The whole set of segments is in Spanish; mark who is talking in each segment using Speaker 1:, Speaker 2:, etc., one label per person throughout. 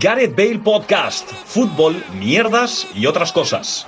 Speaker 1: Gareth Bale Podcast, fútbol, mierdas y otras cosas.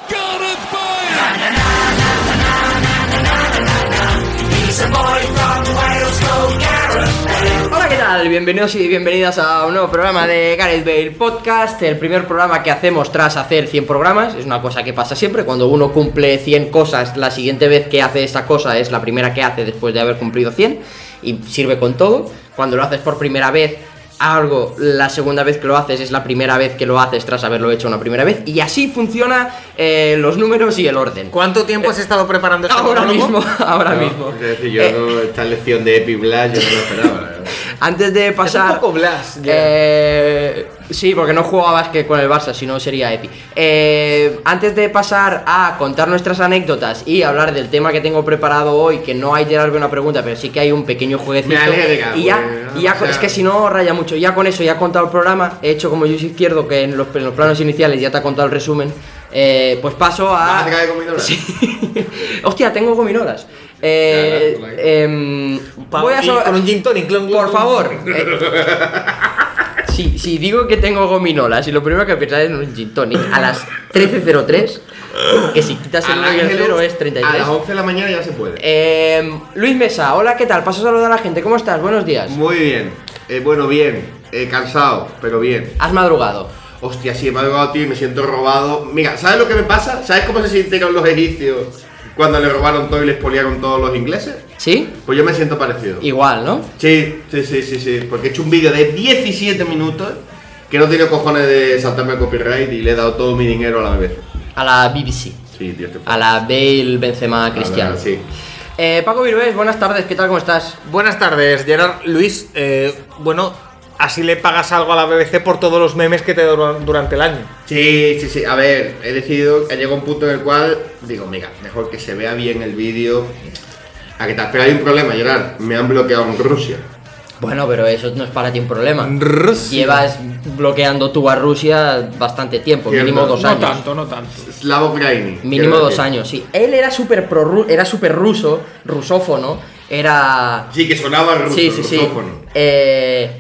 Speaker 2: Hola, ¿qué tal? Bienvenidos y bienvenidas a un nuevo programa de Gareth Bale Podcast, el primer programa que hacemos tras hacer 100 programas. Es una cosa que pasa siempre, cuando uno cumple 100 cosas, la siguiente vez que hace esa cosa es la primera que hace después de haber cumplido 100 y sirve con todo. Cuando lo haces por primera vez algo, la segunda vez que lo haces es la primera vez que lo haces tras haberlo hecho una primera vez y así funciona eh, los números y el orden.
Speaker 3: ¿Cuánto tiempo has estado preparando este
Speaker 2: Ahora
Speaker 3: monólogo?
Speaker 2: mismo, ahora
Speaker 4: No,
Speaker 2: mismo.
Speaker 4: quiero decir, yo
Speaker 2: Eh,
Speaker 4: no- esta lección de Epi Blas yo no lo esperaba. la verdad.
Speaker 2: Antes de
Speaker 3: Es un
Speaker 2: pasar...
Speaker 3: poco Blas. ya.
Speaker 2: Eh, sí, porque no jugabas que con el Barça, si no sería Epi. Eh, antes de pasar a contar nuestras anécdotas y hablar del tema que tengo preparado hoy, que no hay de que una pregunta, pero sí que hay un pequeño jueguecito.
Speaker 4: Me alegra,
Speaker 2: y ya,
Speaker 4: pues,
Speaker 2: y ya
Speaker 4: o sea-
Speaker 2: es que si no raya mucho. Ya con eso, ya he contado el programa, he hecho como yo izquierdo, que en los, en los planos iniciales ya te ha contado el resumen. Eh, pues paso
Speaker 4: ¿Vas
Speaker 2: a.
Speaker 4: a acabar de comer ahora?
Speaker 2: Hostia, tengo gominolas. Eh,
Speaker 4: Ya, ya, ya.
Speaker 2: em,
Speaker 3: Pa-
Speaker 2: voy a
Speaker 3: y
Speaker 2: so-
Speaker 3: con un gin tonic, glon, glon,
Speaker 2: Por
Speaker 3: glon.
Speaker 2: favor. eh, si, si digo que tengo gominolas y lo primero que pensáis es en un gin tonic a las 13.03, que si quitas el
Speaker 4: Al
Speaker 2: 1 y el
Speaker 4: Ángelus,
Speaker 2: 0 es
Speaker 4: A las
Speaker 2: 33.
Speaker 4: 11 de la mañana ya se puede.
Speaker 2: Eh, Luis Mesa, hola, ¿qué tal? Paso a saludar a la gente, ¿cómo estás? Buenos días.
Speaker 4: Muy bien. Eh, bueno, bien. Eh, cansado, pero bien.
Speaker 2: Has madrugado.
Speaker 4: Hostia, sí, he madrugado, tío, y me siento robado. Mira, ¿sabes lo que me pasa? ¿Sabes cómo se sintieron los egipcios cuando le robaron todo y les poliaron todos los ingleses?
Speaker 2: ¿Sí?
Speaker 4: Pues yo me siento parecido.
Speaker 2: Igual, ¿no?
Speaker 4: Sí, sí, sí, sí, sí. Porque he hecho un vídeo de 17 minutos que no tenía cojones de saltarme el copyright y le he dado todo mi dinero a la bebé.
Speaker 2: A la BBC.
Speaker 4: Sí, tío, este
Speaker 2: A la Bale Benzema Cristiano.
Speaker 4: Sí.
Speaker 2: Eh, Paco Virués, buenas tardes, ¿qué tal? ¿Cómo estás?
Speaker 3: Buenas tardes, Gerard Luis. eh, bueno, así le pagas algo a la BBC por todos los memes que te duran durante el año.
Speaker 4: Sí, sí, sí. A ver, he decidido, he llegado a un punto en el cual digo, mira, mejor que se vea bien el vídeo. A que tal, pero hay un problema, Gerard. Me han bloqueado en Rusia.
Speaker 2: Bueno, pero eso no es para ti un problema.
Speaker 3: Rusia.
Speaker 2: Llevas bloqueando tú a Rusia bastante tiempo,
Speaker 4: Cierto.
Speaker 2: mínimo dos
Speaker 4: No
Speaker 2: años.
Speaker 3: no tanto.
Speaker 4: Slavo Ukraini.
Speaker 2: Mínimo dos años, sí. Él era súper pro- era súper ruso, rusófono, era...
Speaker 4: Sí, que sonaba ruso,
Speaker 2: sí, sí, sí.
Speaker 4: rusófono.
Speaker 2: Eh,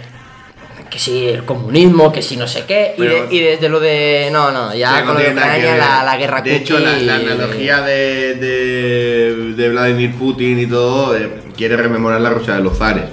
Speaker 2: que si el comunismo, que si no sé qué. Y,
Speaker 4: Pero-
Speaker 2: de- y desde lo de... No, no, ya
Speaker 4: Sí, no
Speaker 2: con lo de
Speaker 4: tiene nada que
Speaker 2: Ucrania,
Speaker 4: ver.
Speaker 2: la, la guerra
Speaker 4: De hecho,
Speaker 2: cookie
Speaker 4: la, la
Speaker 2: y-
Speaker 4: analogía de, de, de Vladimir Putin y todo eh, quiere rememorar la Rusia de los zares.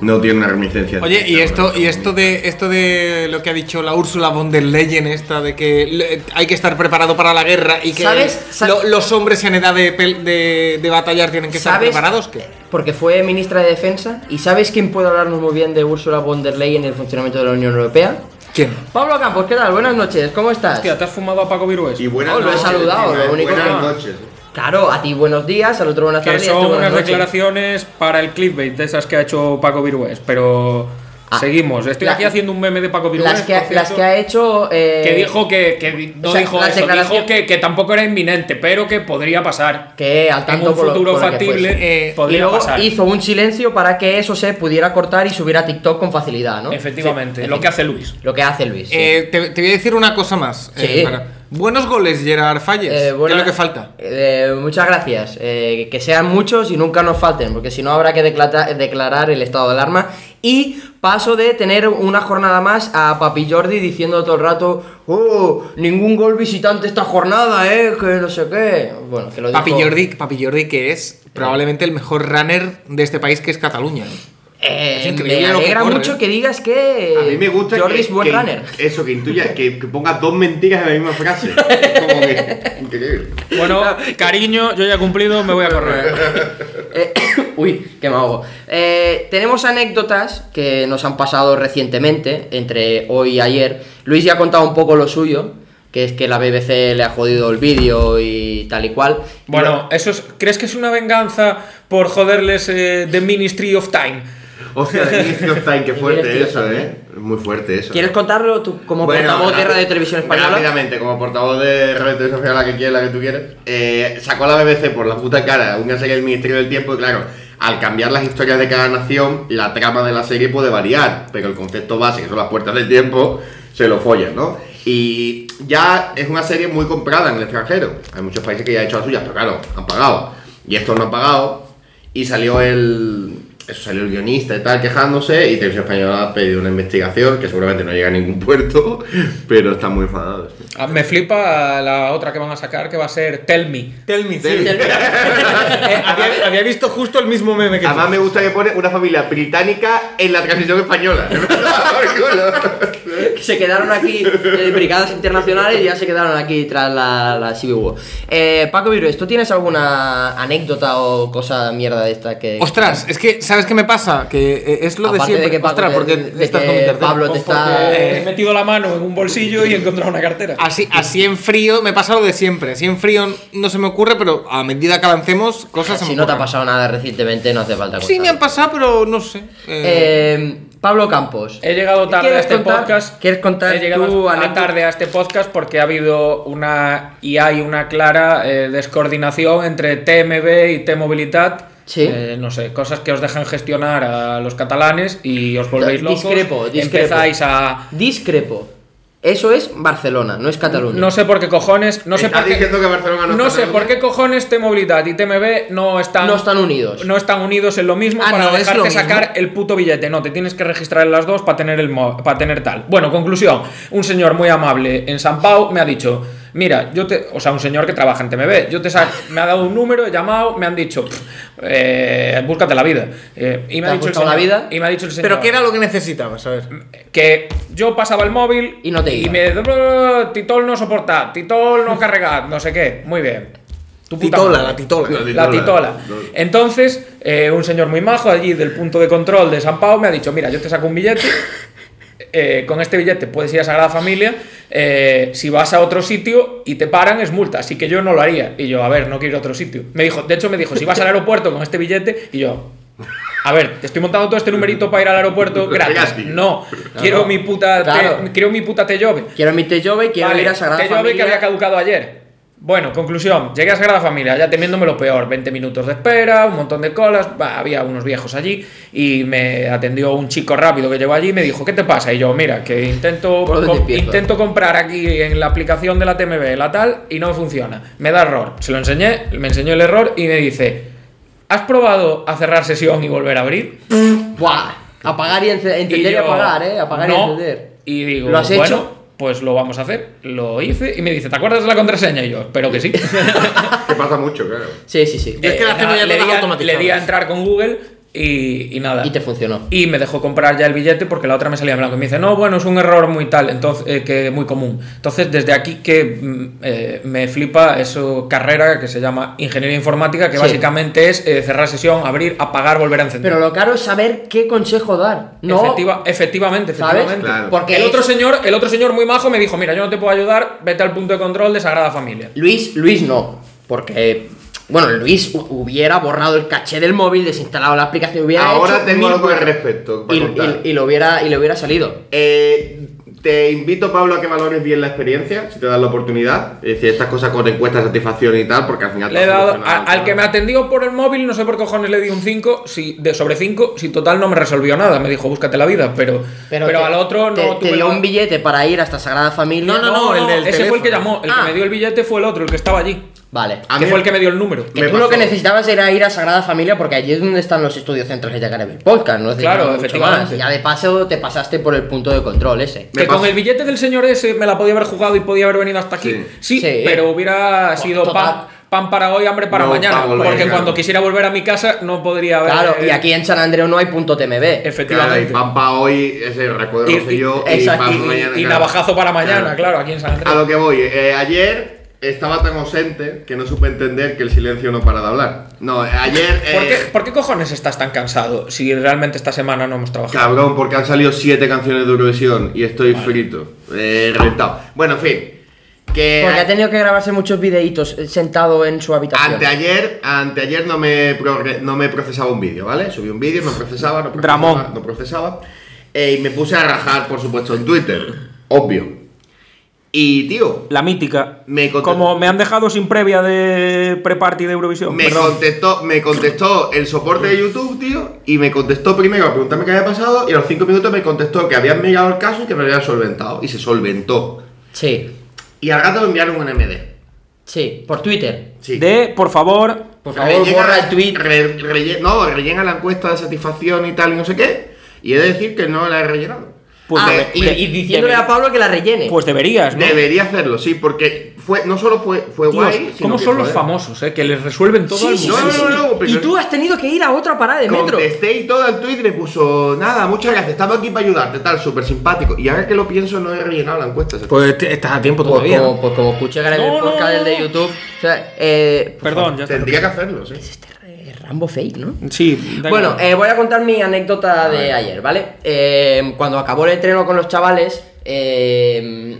Speaker 4: No tiene una reminiscencia.
Speaker 3: Oye, y
Speaker 4: directa,
Speaker 3: esto,
Speaker 4: bueno,
Speaker 3: y esto de esto de lo que ha dicho la Úrsula von der Leyen, esta de que le- hay que estar preparado para la guerra y que
Speaker 2: ¿Sabes? Sa-
Speaker 3: lo- los hombres en edad de, pel- de- de batallar tienen que estar
Speaker 2: ¿Sabes?
Speaker 3: preparados. ¿qué?
Speaker 2: Porque fue ministra de Defensa. ¿Y sabes quién puede hablarnos muy bien de Ursula von der Leyen en el funcionamiento de la Unión Europea?
Speaker 3: ¿Quién?
Speaker 2: Pablo Campos, ¿qué tal? Buenas noches, ¿cómo estás?
Speaker 5: Hostia, ¿te has fumado a Paco Virués?
Speaker 4: Y buenas
Speaker 2: Oh, lo he
Speaker 4: noches,
Speaker 2: saludado,
Speaker 4: tío, eh.
Speaker 2: lo único
Speaker 4: buenas
Speaker 2: que-
Speaker 4: noches.
Speaker 2: Claro, a ti buenos días, al otro buenas
Speaker 5: que
Speaker 2: tardes. y a este
Speaker 5: son
Speaker 2: buenas
Speaker 5: unas
Speaker 2: noches.
Speaker 5: declaraciones para el clickbait de esas que ha hecho Paco Virués, pero
Speaker 2: Ah.
Speaker 5: seguimos. Estoy
Speaker 2: La-
Speaker 5: aquí haciendo un meme de Paco Virués.
Speaker 2: Las que,
Speaker 5: por cierto,
Speaker 2: las que ha hecho. eh,
Speaker 5: que dijo que, que di- no
Speaker 2: o sea,
Speaker 5: dijo
Speaker 2: las
Speaker 5: eso,
Speaker 2: declaraciones-
Speaker 5: dijo que, que tampoco era inminente, pero que podría pasar.
Speaker 2: que al tanto
Speaker 5: en un
Speaker 2: con lo-
Speaker 5: futuro
Speaker 2: con lo que fuese.
Speaker 5: factible
Speaker 3: Eh,
Speaker 5: eh, podría
Speaker 2: y luego
Speaker 5: pasar.
Speaker 2: hizo un silencio para que eso se pudiera cortar y subir a TikTok con facilidad, ¿no?
Speaker 5: Efectivamente,
Speaker 2: Sí,
Speaker 5: lo que hace Luis.
Speaker 2: Lo que hace Luis. sí.
Speaker 3: Eh, te, te voy a decir una cosa más. eh,
Speaker 2: Sí.
Speaker 3: para- Buenos goles, Gerard Falles.
Speaker 2: Eh, buena-
Speaker 3: ¿Qué es lo que falta?
Speaker 2: Eh, muchas gracias. Eh, que sean muchos y nunca nos falten, porque si no habrá que declata- declarar el estado de alarma. Y paso de tener una jornada más a Papi Jordi diciendo todo el rato: ¡Oh! Ningún gol visitante esta jornada, ¿eh? Que no sé qué. Bueno, que lo
Speaker 3: Papi
Speaker 2: dijo-
Speaker 3: Jordi, Papi Jordi, que es probablemente el mejor runner de este país, que es Cataluña.
Speaker 2: Eh,
Speaker 3: Es increíble
Speaker 2: me
Speaker 3: lo que
Speaker 2: alegra
Speaker 3: corre,
Speaker 2: mucho
Speaker 3: ¿eh?
Speaker 2: que digas que
Speaker 4: A mí me gusta
Speaker 2: Jordi
Speaker 4: que,
Speaker 2: es buen
Speaker 4: que-
Speaker 2: runner.
Speaker 4: Eso, que intuya, que, que ponga dos mentiras en la misma frase. Es como que. Increíble.
Speaker 5: Bueno, cariño, yo ya he cumplido, me voy a correr.
Speaker 2: Eh, uy, que me ahogo. Eh, tenemos anécdotas que nos han pasado recientemente, entre hoy y ayer. Luis ya ha contado un poco lo suyo, que es que la BBC le ha jodido el vídeo y tal y cual.
Speaker 5: Bueno, eso es- ¿crees que es una venganza por joderles eh, The Ministry of Time?
Speaker 4: Hostia, de inicio time, qué fuerte
Speaker 2: Inicio
Speaker 4: eso,
Speaker 2: Time.
Speaker 4: eh. Muy fuerte eso. ¿eh?
Speaker 2: ¿Quieres contarlo tú como
Speaker 4: Bueno, ah,
Speaker 2: portavoz de
Speaker 4: rápido-
Speaker 2: Radio Televisión Española?
Speaker 4: Rápidamente, como portavoz de Radio Televisión Española, la que quieras, la que tú quieras, eh, sacó a la BBC por la puta cara una serie del Ministerio del Tiempo y claro, al cambiar las historias de cada nación, la trama de la serie puede variar, pero el concepto base, que son las puertas del tiempo, se lo follan, ¿no? Y ya es una serie muy comprada en el extranjero. Hay muchos países que ya han hecho las suyas, pero claro, han pagado. Y estos no han pagado. Y salió el, eso salió el guionista y tal quejándose y Televisión Española ha pedido una investigación que seguramente no llega a ningún puerto, pero están muy enfadados.
Speaker 5: Ah, Me flipa la otra que van a sacar, que va a ser Tell Me.
Speaker 3: Tell me, sí.
Speaker 4: Tell me.
Speaker 3: Eh, había, había visto justo el mismo meme que tú.
Speaker 4: Además me gusta que pone una familia británica en la transición española.
Speaker 2: se quedaron aquí eh, brigadas internacionales y ya se quedaron aquí tras la, la Civil War. Eh, Paco Virués, ¿tú tienes alguna anécdota o cosa mierda de esta que...
Speaker 6: Ostras, es que, ¿sabes qué me pasa? Que eh, es
Speaker 2: Eh,
Speaker 6: lo
Speaker 2: Aparte
Speaker 6: de
Speaker 2: de
Speaker 6: siempre.
Speaker 2: que Paco
Speaker 6: Ostras,
Speaker 2: te-
Speaker 6: porque
Speaker 2: de que
Speaker 6: estás con mi tercero.
Speaker 2: Pablo te está...
Speaker 5: Porque he Eh, metido la mano en un bolsillo y he encontrado una cartera.
Speaker 4: Ah,
Speaker 6: Así, así en frío, me pasa lo de siempre. Así en frío no se me ocurre, pero a medida que avancemos, cosas se me
Speaker 2: Si no te ha
Speaker 6: ocurren.
Speaker 2: pasado nada recientemente, no hace falta
Speaker 6: Sí, me han
Speaker 2: contarlo.
Speaker 6: pasado, pero no sé. Eh,
Speaker 2: Eh, Pablo Campos.
Speaker 5: He llegado tarde
Speaker 2: ¿Quieres
Speaker 5: a este
Speaker 2: contar-
Speaker 5: podcast.
Speaker 2: ¿Quieres contar
Speaker 5: He llegado
Speaker 2: tú
Speaker 5: a-
Speaker 2: anécdota?
Speaker 5: tarde a este podcast porque ha habido una y hay una clara eh, descoordinación entre TMB y T-Movilidad.
Speaker 2: Sí.
Speaker 5: Eh, no sé, cosas que os dejan gestionar a los catalanes y os volvéis locos.
Speaker 2: Discrepo, discrepo.
Speaker 5: Empezáis a.
Speaker 2: Discrepo. Eso es Barcelona, no es Cataluña.
Speaker 5: No sé por qué cojones. No sé
Speaker 4: Está
Speaker 5: por qué.
Speaker 4: diciendo que Barcelona no
Speaker 5: no
Speaker 4: está
Speaker 5: sé
Speaker 4: Cataluña.
Speaker 5: por qué cojones T-Movilidad y TMB no están.
Speaker 2: No están unidos.
Speaker 5: no están unidos en lo mismo
Speaker 6: Ah,
Speaker 5: para
Speaker 6: no, es lo
Speaker 5: dejarte
Speaker 6: mismo.
Speaker 5: sacar el puto billete. No, te tienes que registrar en las dos para tener, el mo- para tener tal. Bueno, conclusión. Un señor muy amable en San Pau me ha dicho. Mira, yo te. O sea, un señor que trabaja en TMB. Yo te sa- Me ha dado un número, he llamado, me han dicho. "Pff, eh, búscate la vida. Eh, y me
Speaker 2: ¿Te has
Speaker 5: ha dicho el
Speaker 2: buscado la
Speaker 5: señor-
Speaker 2: vida?
Speaker 5: Y me ha dicho el señor
Speaker 6: pero ¿qué era lo que necesitabas? A ver.
Speaker 5: que yo pasaba el móvil
Speaker 2: Y no te
Speaker 5: y
Speaker 2: iba.
Speaker 5: me titol no soporta, titol no carregar, no sé qué. Muy bien. Tu puta
Speaker 6: Titola,
Speaker 5: madre.
Speaker 6: la titola.
Speaker 5: La titola. Entonces, eh, un señor muy majo allí del punto de control de San Pau me ha dicho, mira, yo te saco un billete, eh, con este billete puedes ir a Sagrada Familia, eh, si vas a otro sitio y te paran es multa, así que yo no lo haría. Y yo, a ver, no quiero ir a otro sitio. Me dijo, de hecho me dijo, si vas al aeropuerto con este billete, y yo... A ver, te estoy montando todo este numerito para ir al aeropuerto gratis.
Speaker 4: Gratis.
Speaker 5: No, quiero mi puta,
Speaker 2: Claro.
Speaker 5: te- quiero mi puta te llove.
Speaker 2: Quiero mi Tejove, quiero
Speaker 5: Vale,
Speaker 2: ir a Sagrada
Speaker 5: que yo vi
Speaker 2: Familia.
Speaker 5: que había caducado ayer. Bueno, conclusión, llegué a Sagrada Familia, ya temiéndome lo peor, 20 minutos de espera, un montón de colas, bah, había unos viejos allí y me atendió un chico rápido que llegó allí y me dijo, ¿qué te pasa? Y yo, mira, que intento,
Speaker 2: ¿Por dónde
Speaker 5: com-
Speaker 2: empiezo?
Speaker 5: intento comprar aquí en la aplicación de la TMB, la tal, y no me funciona, me da error. Se lo enseñé, me enseñó el error y me dice, ¿has probado a cerrar sesión y volver a abrir?
Speaker 2: Buah, apagar y ence- encender y,
Speaker 5: yo,
Speaker 2: apagar, eh. Apagar y
Speaker 5: no.
Speaker 2: encender.
Speaker 5: Y digo,
Speaker 2: ¿Lo has
Speaker 5: bueno,
Speaker 2: hecho?
Speaker 5: pues lo vamos a hacer. Lo hice y me dice, ¿te acuerdas de la contraseña? Y yo, espero que sí.
Speaker 4: Que pasa mucho, claro.
Speaker 2: Sí, sí, sí.
Speaker 6: Es que las
Speaker 5: Eh,
Speaker 6: tengo ya
Speaker 5: le,
Speaker 6: todas
Speaker 5: di a,
Speaker 6: automatizadas.
Speaker 5: le di a entrar con Google y, y nada.
Speaker 2: Y te funcionó.
Speaker 5: Y me dejó comprar ya el billete porque la otra me salía en blanco. Y me dice, no, bueno, es un error muy tal, entonces eh, que muy común. Entonces, desde aquí que mm, eh, me flipa eso carrera que se llama ingeniería informática, que
Speaker 2: Sí.
Speaker 5: básicamente es eh, cerrar sesión, abrir, apagar, volver a encender.
Speaker 2: Pero lo caro es saber qué consejo dar. No.
Speaker 5: Efectiva- efectivamente,
Speaker 2: ¿Sabes?
Speaker 5: efectivamente.
Speaker 4: Claro.
Speaker 2: Porque
Speaker 5: el otro
Speaker 2: eso-
Speaker 5: señor, el otro señor muy majo me dijo, mira, yo no te puedo ayudar, vete al punto de control de Sagrada Familia.
Speaker 2: Luis, Luis no. Porque. Bueno, Luis hu- hubiera borrado el caché del móvil, desinstalado la aplicación, hubiera
Speaker 4: Ahora
Speaker 2: hecho
Speaker 4: tengo
Speaker 2: mil
Speaker 4: algo al
Speaker 2: cosas.
Speaker 4: respecto.
Speaker 2: Y,
Speaker 4: para contar.
Speaker 2: y- y lo hubiera, y le hubiera salido.
Speaker 4: Eh, te invito, Pablo, a que valores bien la experiencia, si te das la oportunidad. Es decir, estas cosas con encuestas de satisfacción y tal, porque al final...
Speaker 5: Le he
Speaker 4: te
Speaker 5: dado,
Speaker 4: solucionan
Speaker 5: a-
Speaker 4: el
Speaker 5: al que me
Speaker 4: tema.
Speaker 5: atendió por el móvil, no sé por cojones le di un 5 si, de sobre 5, si total no me resolvió nada. Me dijo, búscate la vida, pero, pero,
Speaker 2: te-
Speaker 5: al otro
Speaker 2: te-
Speaker 5: no
Speaker 2: Te
Speaker 5: tuve
Speaker 2: dio
Speaker 5: la-
Speaker 2: un billete para ir hasta Sagrada Familia.
Speaker 6: No, no, no, el del
Speaker 5: ese fue el que
Speaker 6: teléfono.
Speaker 5: llamó. El
Speaker 2: Ah.
Speaker 5: que me dio el billete fue el otro, el que estaba allí.
Speaker 2: Vale.
Speaker 4: A
Speaker 5: que
Speaker 4: mí-
Speaker 5: fue el que me dio el número.
Speaker 2: Que
Speaker 4: Me
Speaker 2: tú lo que
Speaker 4: pasó.
Speaker 2: necesitabas era ir a Sagrada Familia porque allí es donde están los estudios centrales de Jacaré Podcast, no
Speaker 5: Claro,
Speaker 2: necesitabas mucho
Speaker 5: efectivamente.
Speaker 2: más. Ya de paso te pasaste por el punto de control ese.
Speaker 4: Me
Speaker 5: que con
Speaker 4: pasó.
Speaker 5: el billete del señor ese me la podía haber jugado y podía haber venido hasta aquí. Sí,
Speaker 2: Sí. Sí.
Speaker 5: pero hubiera
Speaker 2: Pues,
Speaker 5: sido
Speaker 2: total.
Speaker 5: pan, pan para hoy, hambre para
Speaker 4: No,
Speaker 5: mañana.
Speaker 4: pa' volver,
Speaker 5: porque
Speaker 4: claro.
Speaker 5: cuando quisiera volver a mi casa no podría haber.
Speaker 2: Claro, y
Speaker 5: eh,
Speaker 2: aquí en San Andreu no hay punto TMB.
Speaker 4: Claro, y
Speaker 5: Efectivamente.
Speaker 4: Pampa hoy es el recuerdo,
Speaker 5: Y-
Speaker 4: no sé
Speaker 5: y-
Speaker 4: yo, y,
Speaker 2: exacto,
Speaker 4: Pampa
Speaker 5: y- y-
Speaker 4: mañana,
Speaker 5: y
Speaker 4: claro.
Speaker 5: navajazo para mañana,
Speaker 4: Claro.
Speaker 5: claro, aquí en San
Speaker 4: A
Speaker 5: Andrés.
Speaker 4: lo que voy, eh, ayer estaba tan ausente que no supe entender que el silencio no para de hablar. No, ayer...
Speaker 5: ¿Por,
Speaker 4: eh,
Speaker 5: qué, por qué cojones estás tan cansado si realmente esta semana no hemos trabajado?
Speaker 4: Cabrón, porque han salido siete canciones de Eurovisión y estoy frito, eh, reventado. Bueno, en fin. Que
Speaker 2: Porque ha tenido que grabarse muchos videitos eh, sentado en su habitación.
Speaker 4: Anteayer, anteayer no me, progre- no me procesaba un vídeo, ¿vale? Subí un vídeo, no procesaba, no procesaba,
Speaker 6: Dramón.
Speaker 4: no procesaba. Eh, y me puse a rajar, por supuesto, en Twitter. Obvio. Y, tío,
Speaker 5: La mítica.
Speaker 4: Me contestó- Como
Speaker 5: me han dejado sin previa de pre-party de Eurovisión.
Speaker 4: me contestó, me contestó el soporte de YouTube, tío, y me contestó primero a preguntarme qué había pasado, y a los cinco minutos me contestó que habían mirado el caso y que me lo habían solventado. Y se solventó.
Speaker 2: Sí,
Speaker 4: Y al rato me enviaron un MD.
Speaker 2: sí, por Twitter.
Speaker 4: Sí.
Speaker 5: por favor,
Speaker 2: Por favor, borra el tweet.
Speaker 4: re- relle- no, rellena la encuesta de satisfacción y tal y no sé qué. Y he de decir que no la he rellenado.
Speaker 7: Pues
Speaker 2: Ah,
Speaker 7: debe-
Speaker 2: y,
Speaker 7: de-
Speaker 2: y diciéndole
Speaker 7: debe-
Speaker 2: a Pablo que la rellene.
Speaker 7: Pues deberías, ¿no?
Speaker 4: Debería hacerlo, sí, porque fue, no solo fue, fue
Speaker 5: Tíos,
Speaker 4: guay. sino
Speaker 5: ¿Cómo
Speaker 4: que,
Speaker 5: son los
Speaker 4: joder,
Speaker 5: famosos, eh? Que les resuelven todo
Speaker 2: Sí,
Speaker 5: el
Speaker 2: sí,
Speaker 5: mundo.
Speaker 4: No,
Speaker 2: sí,
Speaker 4: no,
Speaker 2: sí.
Speaker 4: no, pero-
Speaker 2: Y tú has tenido que ir a otra parada de metro.
Speaker 4: Contesté y todo al tweet y me puso nada, muchas gracias, estamos aquí para ayudarte, tal, súper simpático. Y ahora que lo pienso, no he rellenado la encuesta. ¿sabes?
Speaker 3: Pues te- estás a tiempo
Speaker 2: Pues
Speaker 3: todavía.
Speaker 2: como, pues como escuché en
Speaker 5: No,
Speaker 2: el
Speaker 5: no,
Speaker 2: podcast
Speaker 5: no,
Speaker 2: del de
Speaker 5: no.
Speaker 2: YouTube. O sea, eh, por
Speaker 7: Perdón, ya está.
Speaker 4: Tendría que hacerlo, sí.
Speaker 2: Eh, Rambo fake, ¿no?
Speaker 7: Sí, da
Speaker 2: Bueno,
Speaker 7: igual.
Speaker 2: eh, voy a contar mi anécdota de ayer, ¿vale? Eh, cuando acabó el entreno con los chavales, eh,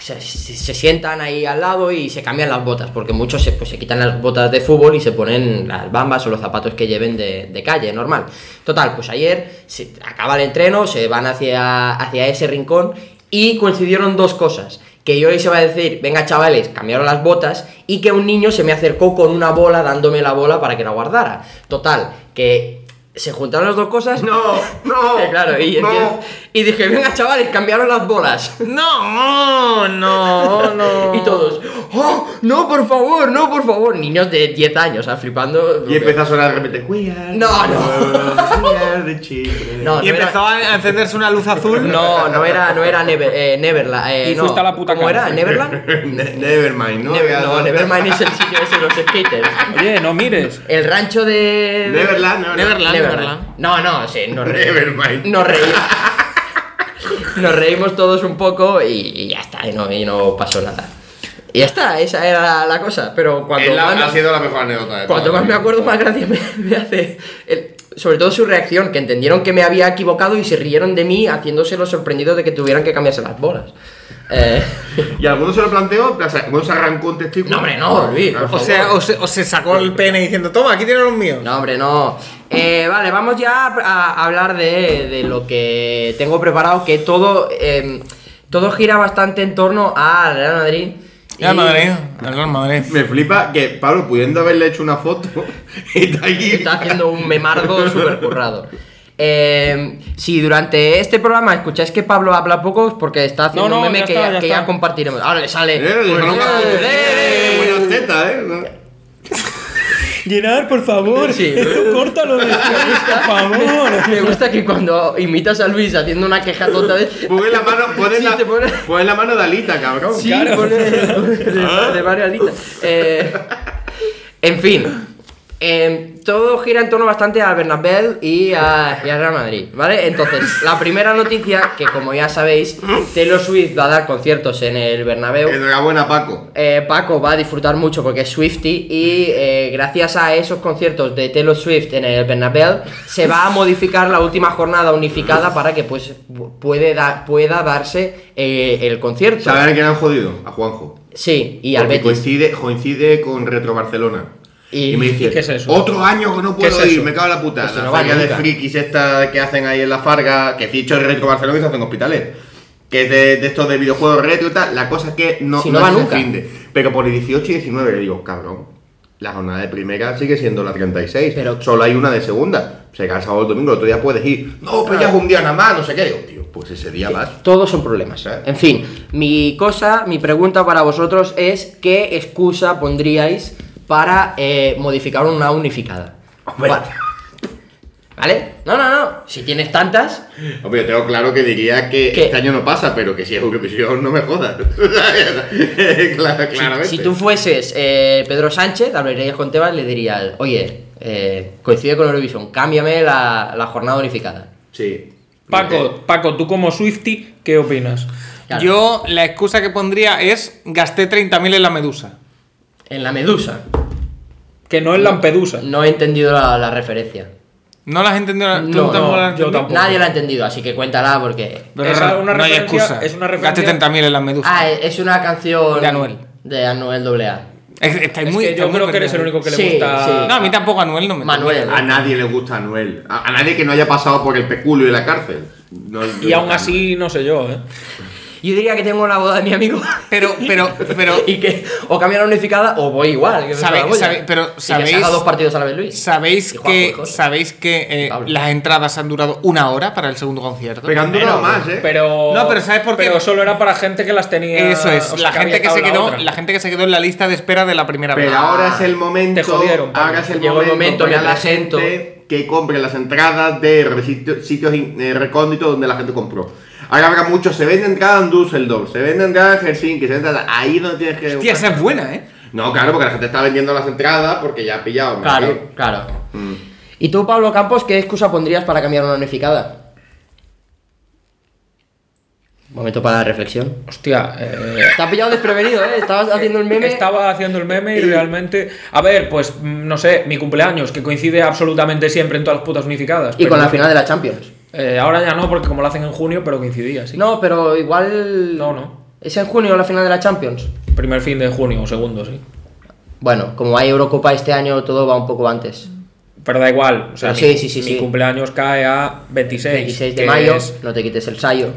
Speaker 2: se, se- se sientan ahí al lado y se cambian las botas, porque muchos se, pues, se quitan las botas de fútbol y se ponen las bambas o los zapatos que lleven de, de calle, normal. Total, pues ayer se acaba el entreno, se van hacia, hacia ese rincón y coincidieron dos cosas. Que yo les iba a decir, venga chavales, cambiaron las botas y que un niño se me acercó con una bola dándome la bola para que la guardara. Total, que se juntaron las dos cosas.
Speaker 4: No, no.
Speaker 2: Eh, claro, y,
Speaker 4: no.
Speaker 2: entiendo- y dije, venga chavales, cambiaron las bolas.
Speaker 3: No, no, no.
Speaker 2: Y todos, ¡oh! No, por favor, no, por favor. Niños de 10 años, ah, flipando.
Speaker 4: Y empezó a sonar de repente, "We are
Speaker 2: No,
Speaker 4: the
Speaker 2: no.
Speaker 4: world, we are the children".
Speaker 2: No,
Speaker 3: Y
Speaker 2: no era-
Speaker 3: empezaba a encenderse una luz azul.
Speaker 2: No, no era, no era Never- eh, Neverland. eh,
Speaker 7: Y
Speaker 2: no.
Speaker 7: fuiste a la puta
Speaker 2: ¿Cómo
Speaker 7: calle.
Speaker 2: era? ¿Neverland?
Speaker 4: Ne- Nevermind, ¿no?
Speaker 2: Never-
Speaker 4: Ya,
Speaker 2: no, Nevermind es el sitio ese de los skaters.
Speaker 7: Oye, no mires.
Speaker 2: El rancho de.
Speaker 4: Neverland, Neverland.
Speaker 2: Neverland. No, no, sí, nos reímos.
Speaker 4: Nevermind.
Speaker 2: Nos reímos. Nos reímos todos un poco y, y ya está, y no, y no pasó nada. Y ya está, esa era la, la cosa. Pero cuando,
Speaker 4: Es la-
Speaker 2: más, me-
Speaker 4: ha sido la mejor anécdota de
Speaker 2: cuanto
Speaker 4: toda
Speaker 2: más me
Speaker 4: la vida.
Speaker 2: acuerdo, más gracia me, me hace. el- sobre todo su reacción, que entendieron que me había equivocado y se rieron de mí, haciéndose los sorprendidos de que tuvieran que cambiarse las bolas. Eh,
Speaker 4: Y algunos se lo planteó, en plan, alguno se arrancó un testículo.
Speaker 2: no, hombre, no, Luis, por
Speaker 3: O
Speaker 2: favor.
Speaker 3: sea, o se, o se sacó el pene diciendo, toma, aquí tienen los míos.
Speaker 2: No, hombre, no. Eh, vale, vamos ya a a hablar de, de lo que tengo preparado, que todo, eh, todo gira bastante en torno al Real Madrid. y-
Speaker 6: Real Madrid, el Real Madrid.
Speaker 4: Me flipa que Pablo, pudiendo haberle hecho una foto, está aquí.
Speaker 2: Está haciendo un memardo súper currado. Eh, si durante este programa escucháis que Pablo habla poco, es porque está haciendo
Speaker 7: No, no,
Speaker 2: un meme
Speaker 7: ya
Speaker 2: que,
Speaker 7: está,
Speaker 2: ya,
Speaker 7: ya
Speaker 2: que
Speaker 7: está.
Speaker 2: ya compartiremos. Ahora le sale. Pues
Speaker 4: Eh, dejaron para- eh,
Speaker 2: ¡Eh!
Speaker 4: buenas tetas, eh. ¿no?
Speaker 7: Gerard, por favor.
Speaker 2: Sí.
Speaker 7: Esto córtalo después, por favor.
Speaker 2: Me gusta que cuando imitas a Luis haciendo una queja tonta de.
Speaker 4: Pon la mano, pon
Speaker 2: Sí,
Speaker 4: la,
Speaker 2: te pone-
Speaker 4: pon la mano de Alita, cabrón.
Speaker 2: Sí, pone- pone de, de Mario Alita. Eh, en fin. eh, todo gira en torno bastante a Bernabéu y a, y a Real Madrid, ¿vale? Entonces, la primera noticia, que como ya sabéis, Taylor Swift va a dar conciertos en el Bernabéu.
Speaker 4: Enhorabuena, Paco.
Speaker 2: Eh, Paco va a disfrutar mucho porque es Swifty y eh, gracias a esos conciertos de Taylor Swift en el Bernabéu se va a modificar la última jornada unificada para que pues pu- puede da- pueda darse eh, el concierto.
Speaker 4: ¿Saben a quién han jodido? A Juanjo.
Speaker 2: Sí, y al
Speaker 4: Porque
Speaker 2: Betis.
Speaker 4: coincide, coincide con Retro Barcelona.
Speaker 2: Y-
Speaker 4: Y, me dice,
Speaker 5: qué es eso?
Speaker 4: otro año que no puedo
Speaker 5: es
Speaker 4: ir,
Speaker 5: eso?
Speaker 4: me cago en la puta.
Speaker 2: Pues si
Speaker 4: la
Speaker 2: no va
Speaker 4: feria de
Speaker 2: nunca.
Speaker 4: frikis esta que hacen ahí en la Farga, que ficho el Retro Barcelona y se hacen hospitales. Que es de, de estos de videojuegos retro y tal. La cosa es que no,
Speaker 2: Si no va
Speaker 4: es el
Speaker 2: nunca.
Speaker 4: fin de- Pero por el 18 y 19 le digo, cabrón, la jornada de primera sigue siendo la 36.
Speaker 2: Pero-
Speaker 4: solo hay una de segunda. Se cae el sábado el domingo, el otro día puedes ir. No, pero ya es un día nada más, no sé qué. Digo, tío, pues ese día vas.
Speaker 2: Todos son problemas.
Speaker 4: ¿Eh?
Speaker 2: En fin, mi cosa, mi pregunta para vosotros es ¿qué excusa pondríais para eh, modificar una unificada? Va- ¿Vale? No, no, no. Si tienes tantas,
Speaker 4: Hombre, yo tengo claro que diría que
Speaker 2: ¿Qué?
Speaker 4: este año no pasa, pero que si es Eurovisión no me jodas. claro,
Speaker 2: si-
Speaker 4: claramente.
Speaker 2: si, tú fueses eh, Pedro Sánchez, hablarías con Tebas y le dirías, oye, eh, coincide con Eurovisión, cámbiame la, la jornada unificada.
Speaker 4: Sí.
Speaker 5: Paco, Paco, tú como Swifty, ¿qué opinas?
Speaker 2: Claro.
Speaker 6: Yo la excusa que pondría es gasté 30.000 en la medusa.
Speaker 2: En la medusa.
Speaker 5: Que no es Lampedusa.
Speaker 2: No he entendido la- la referencia.
Speaker 6: ¿No las has entendido? ¿Tú
Speaker 2: No,
Speaker 6: tampoco
Speaker 5: no,
Speaker 6: las has
Speaker 5: yo
Speaker 6: entendido?
Speaker 5: tampoco.
Speaker 2: Nadie la ha entendido, así que cuéntala porque.
Speaker 6: Pero
Speaker 5: Esa es una
Speaker 6: no hay
Speaker 5: referencia-
Speaker 6: excusa.
Speaker 5: es una referencia-
Speaker 6: Gasté 30.000 en la medusa.
Speaker 2: Ah, es una canción.
Speaker 6: De Anuel.
Speaker 2: De Anuel AA.
Speaker 6: Es- estáis
Speaker 5: Es
Speaker 6: muy-
Speaker 5: que
Speaker 6: estáis
Speaker 5: yo
Speaker 6: muy
Speaker 5: creo que eres el
Speaker 6: perdidos.
Speaker 5: único que le
Speaker 2: Sí,
Speaker 5: gusta.
Speaker 2: sí.
Speaker 6: No, a mí tampoco Anuel Ah, no me
Speaker 2: Manuel.
Speaker 4: A nadie le gusta Anuel. A, a nadie que no haya pasado por el peculio y la cárcel. No-
Speaker 5: Y
Speaker 4: no-
Speaker 5: aún así, no sé yo, ¿eh?
Speaker 2: Yo diría que tengo la boda de mi amigo.
Speaker 6: Pero, pero, pero.
Speaker 2: y que o cambia la unificada o voy igual. que me suda
Speaker 6: Sabe-
Speaker 2: la polla.
Speaker 6: sabe- pero
Speaker 2: Y que se
Speaker 6: sabéis-
Speaker 2: haga dos partidos a la vez, Luis.
Speaker 6: ¿Sabéis
Speaker 2: Y Juanjo, y
Speaker 6: que,
Speaker 2: José.
Speaker 6: ¿sabéis que eh,
Speaker 2: Pablo.
Speaker 6: las entradas han durado una hora para el segundo concierto?
Speaker 4: Pero han durado más, ¿eh?
Speaker 5: Pero.
Speaker 6: No, pero ¿sabes por qué?
Speaker 5: Pero solo era para gente que las tenía.
Speaker 6: Eso es,
Speaker 5: o sea,
Speaker 6: la, gente
Speaker 5: había
Speaker 6: que se
Speaker 5: estado
Speaker 6: quedó,
Speaker 5: otra.
Speaker 6: la, gente que se quedó en la lista de espera de la primera
Speaker 4: Pero
Speaker 6: vez. Ah.
Speaker 4: ahora es el momento.
Speaker 5: Te jodieron, Pablo.
Speaker 4: Ahora es el
Speaker 2: Llegó el momento,
Speaker 4: momento. para
Speaker 2: me
Speaker 4: la
Speaker 2: presento.
Speaker 4: gente que compre las entradas de re- sitio- sitios in- eh, recónditos donde la gente compró. Ahora habrá muchos. Se venden entradas en Düsseldorf, se venden entradas en Helsinki, se venden entradas- Ahí donde tienes que.
Speaker 6: Hostia, esa es buena, ¿eh?
Speaker 4: No, claro, porque la gente está vendiendo las entradas porque ya ha pillado. ¿no?
Speaker 2: Claro, claro.
Speaker 6: Mm.
Speaker 2: ¿Y tú, Pablo Campos, qué excusa pondrías para cambiar una unificada? Momento para la reflexión.
Speaker 5: Hostia, eh,
Speaker 2: Te has pillado desprevenido, ¿eh? Estabas haciendo el meme.
Speaker 5: Estaba haciendo el meme y realmente. A ver, pues mm, no sé, mi cumpleaños, que coincide absolutamente siempre en todas las putas unificadas.
Speaker 2: Y
Speaker 5: pero
Speaker 2: con la
Speaker 5: no sé.
Speaker 2: final de la Champions.
Speaker 5: Eh, ahora ya no, porque como lo hacen en junio, pero coincidía, sí.
Speaker 2: No, pero igual.
Speaker 5: No, no.
Speaker 2: ¿Es en junio la final de la Champions?
Speaker 5: Primer fin de junio o segundo, sí.
Speaker 2: Bueno, como hay Eurocopa este año, todo va un poco antes.
Speaker 5: Mm. Pero da igual, o sea,
Speaker 2: Pero sí,
Speaker 5: mi,
Speaker 2: sí, sí,
Speaker 5: mi
Speaker 2: sí.
Speaker 5: cumpleaños cae a 26,
Speaker 2: 26 de
Speaker 5: que
Speaker 2: mayo,
Speaker 5: es-
Speaker 2: no te quites el sayo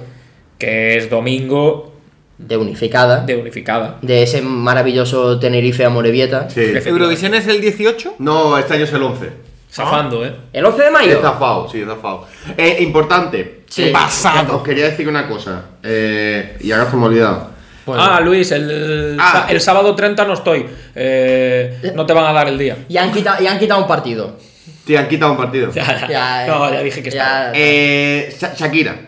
Speaker 5: que es domingo
Speaker 2: de unificada.
Speaker 5: de
Speaker 2: De,
Speaker 5: unificada.
Speaker 2: ese maravilloso Tenerife a Morevieta.
Speaker 4: Sí.
Speaker 6: ¿Eurovisión es el 18?
Speaker 4: No, este año es el 11.
Speaker 5: Zafando, ¿eh?
Speaker 2: El 11 de mayo.
Speaker 4: Está FAO, sí, está FAO. Eh, importante.
Speaker 2: Sí.
Speaker 4: Eh,
Speaker 6: Pasado.
Speaker 4: Os quería decir una cosa. Eh, y ahora se me ha olvidado.
Speaker 2: pues Bueno.
Speaker 5: Ah, Luis, el,
Speaker 4: Ah.
Speaker 5: el sábado 30 no estoy. Eh, no te van a dar el día.
Speaker 2: Y han, quitado, y han quitado un partido.
Speaker 4: Sí, han quitado un partido.
Speaker 2: Ya,
Speaker 5: no,
Speaker 2: eh,
Speaker 5: ya dije que estaba.
Speaker 2: ya.
Speaker 4: Eh, Sha- Shakira.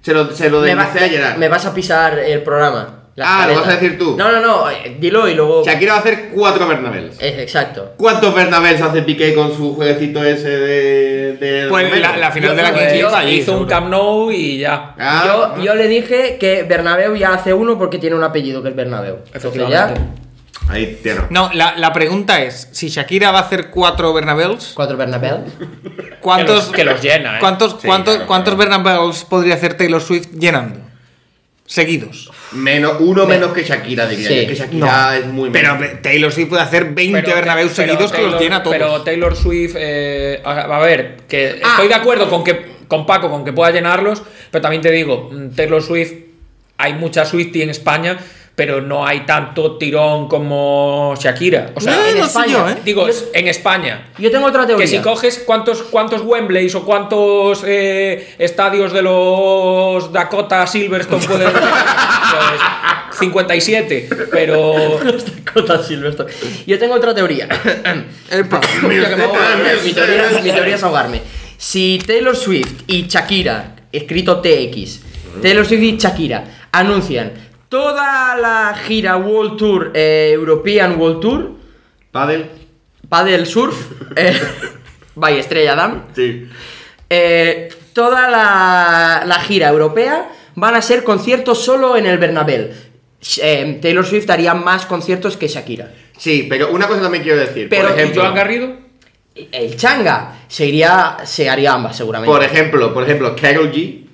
Speaker 4: Se lo, se lo
Speaker 2: me, va-
Speaker 4: deslicé ayer.
Speaker 2: me vas a pisar el programa. las
Speaker 4: Ah, lo vas a
Speaker 2: caretas.
Speaker 4: decir tú.
Speaker 2: No, no, no. eh, Dilo y luego.
Speaker 4: Shakira va a hacer cuatro Bernabels.
Speaker 2: Eh, exacto.
Speaker 4: ¿Cuántos Bernabels hace Piqué con su jueguecito ese de. de
Speaker 6: Pues
Speaker 4: Romero?
Speaker 6: la, la final
Speaker 2: Yo
Speaker 6: de la
Speaker 2: creo
Speaker 5: Eh,
Speaker 2: que
Speaker 6: quinta allí.
Speaker 5: hizo un
Speaker 6: seguro.
Speaker 5: Camp Nou y ya.
Speaker 4: Ah,
Speaker 2: yo, yo le dije que Bernabeu ya hace uno porque tiene un apellido que es Bernabeu. Entonces ya,
Speaker 5: Efectivamente.
Speaker 4: Ahí, tierra.
Speaker 6: No, la, la pregunta es, si Shakira va a hacer cuatro Bernabéus,
Speaker 2: cuatro Bernabeu.
Speaker 6: ¿cuántos,
Speaker 5: que los llena, ¿eh?
Speaker 6: ¿cuántos,
Speaker 4: Sí,
Speaker 6: cuántos,
Speaker 4: claro,
Speaker 6: cuántos
Speaker 4: claro.
Speaker 6: Bernabéus podría hacer Taylor Swift llenando? Seguidos.
Speaker 4: Menos, uno menos que Shakira, diría
Speaker 2: Sí.
Speaker 4: yo. Que Shakira
Speaker 6: No.
Speaker 4: es muy.
Speaker 6: Pero
Speaker 4: menos.
Speaker 6: eh, Taylor Swift puede hacer 20 Bernabéus
Speaker 5: pero
Speaker 6: seguidos que los
Speaker 5: Taylor-
Speaker 6: llena todos. Ah.
Speaker 5: Pero Taylor Swift, eh, a, a ver, que estoy de acuerdo con que con Paco, con que pueda llenarlos, pero también te digo, mm, Taylor Swift, hay mucha Swifty en España, pero no hay tanto tirón como Shakira. O sea,
Speaker 6: Eh,
Speaker 2: en
Speaker 6: no sé
Speaker 2: España,
Speaker 6: yo, ¿eh?
Speaker 5: digo, es- en España.
Speaker 2: Yo tengo otra teoría.
Speaker 5: Que si coges cuántos, cuántos Wembleys o cuántos eh, estadios de los Dakota Silverstone pueden. pues, 57, pero.
Speaker 2: Dakota Silverstone. Yo tengo otra teoría.
Speaker 6: Epa.
Speaker 2: Ya que me ahogo, mi, teoría, mi teoría es ahogarme. Si Taylor Swift y Shakira, escrito TX, Taylor Swift y Shakira anuncian toda la gira World Tour, eh, European World Tour,
Speaker 4: Padel.
Speaker 2: Padel Surf, eh, by Estrella Damm,
Speaker 4: Sí.
Speaker 2: eh, toda la, la gira europea van a ser conciertos solo en el Bernabéu. Sh- eh, Taylor Swift haría más conciertos que Shakira.
Speaker 4: Sí, pero una cosa también quiero decir.
Speaker 2: Pero,
Speaker 4: por
Speaker 2: ¿y
Speaker 4: ejemplo,
Speaker 5: Joan Garrido.
Speaker 2: El Changa se iría, se haría ambas seguramente.
Speaker 4: Por ejemplo, por ejemplo, Carol G,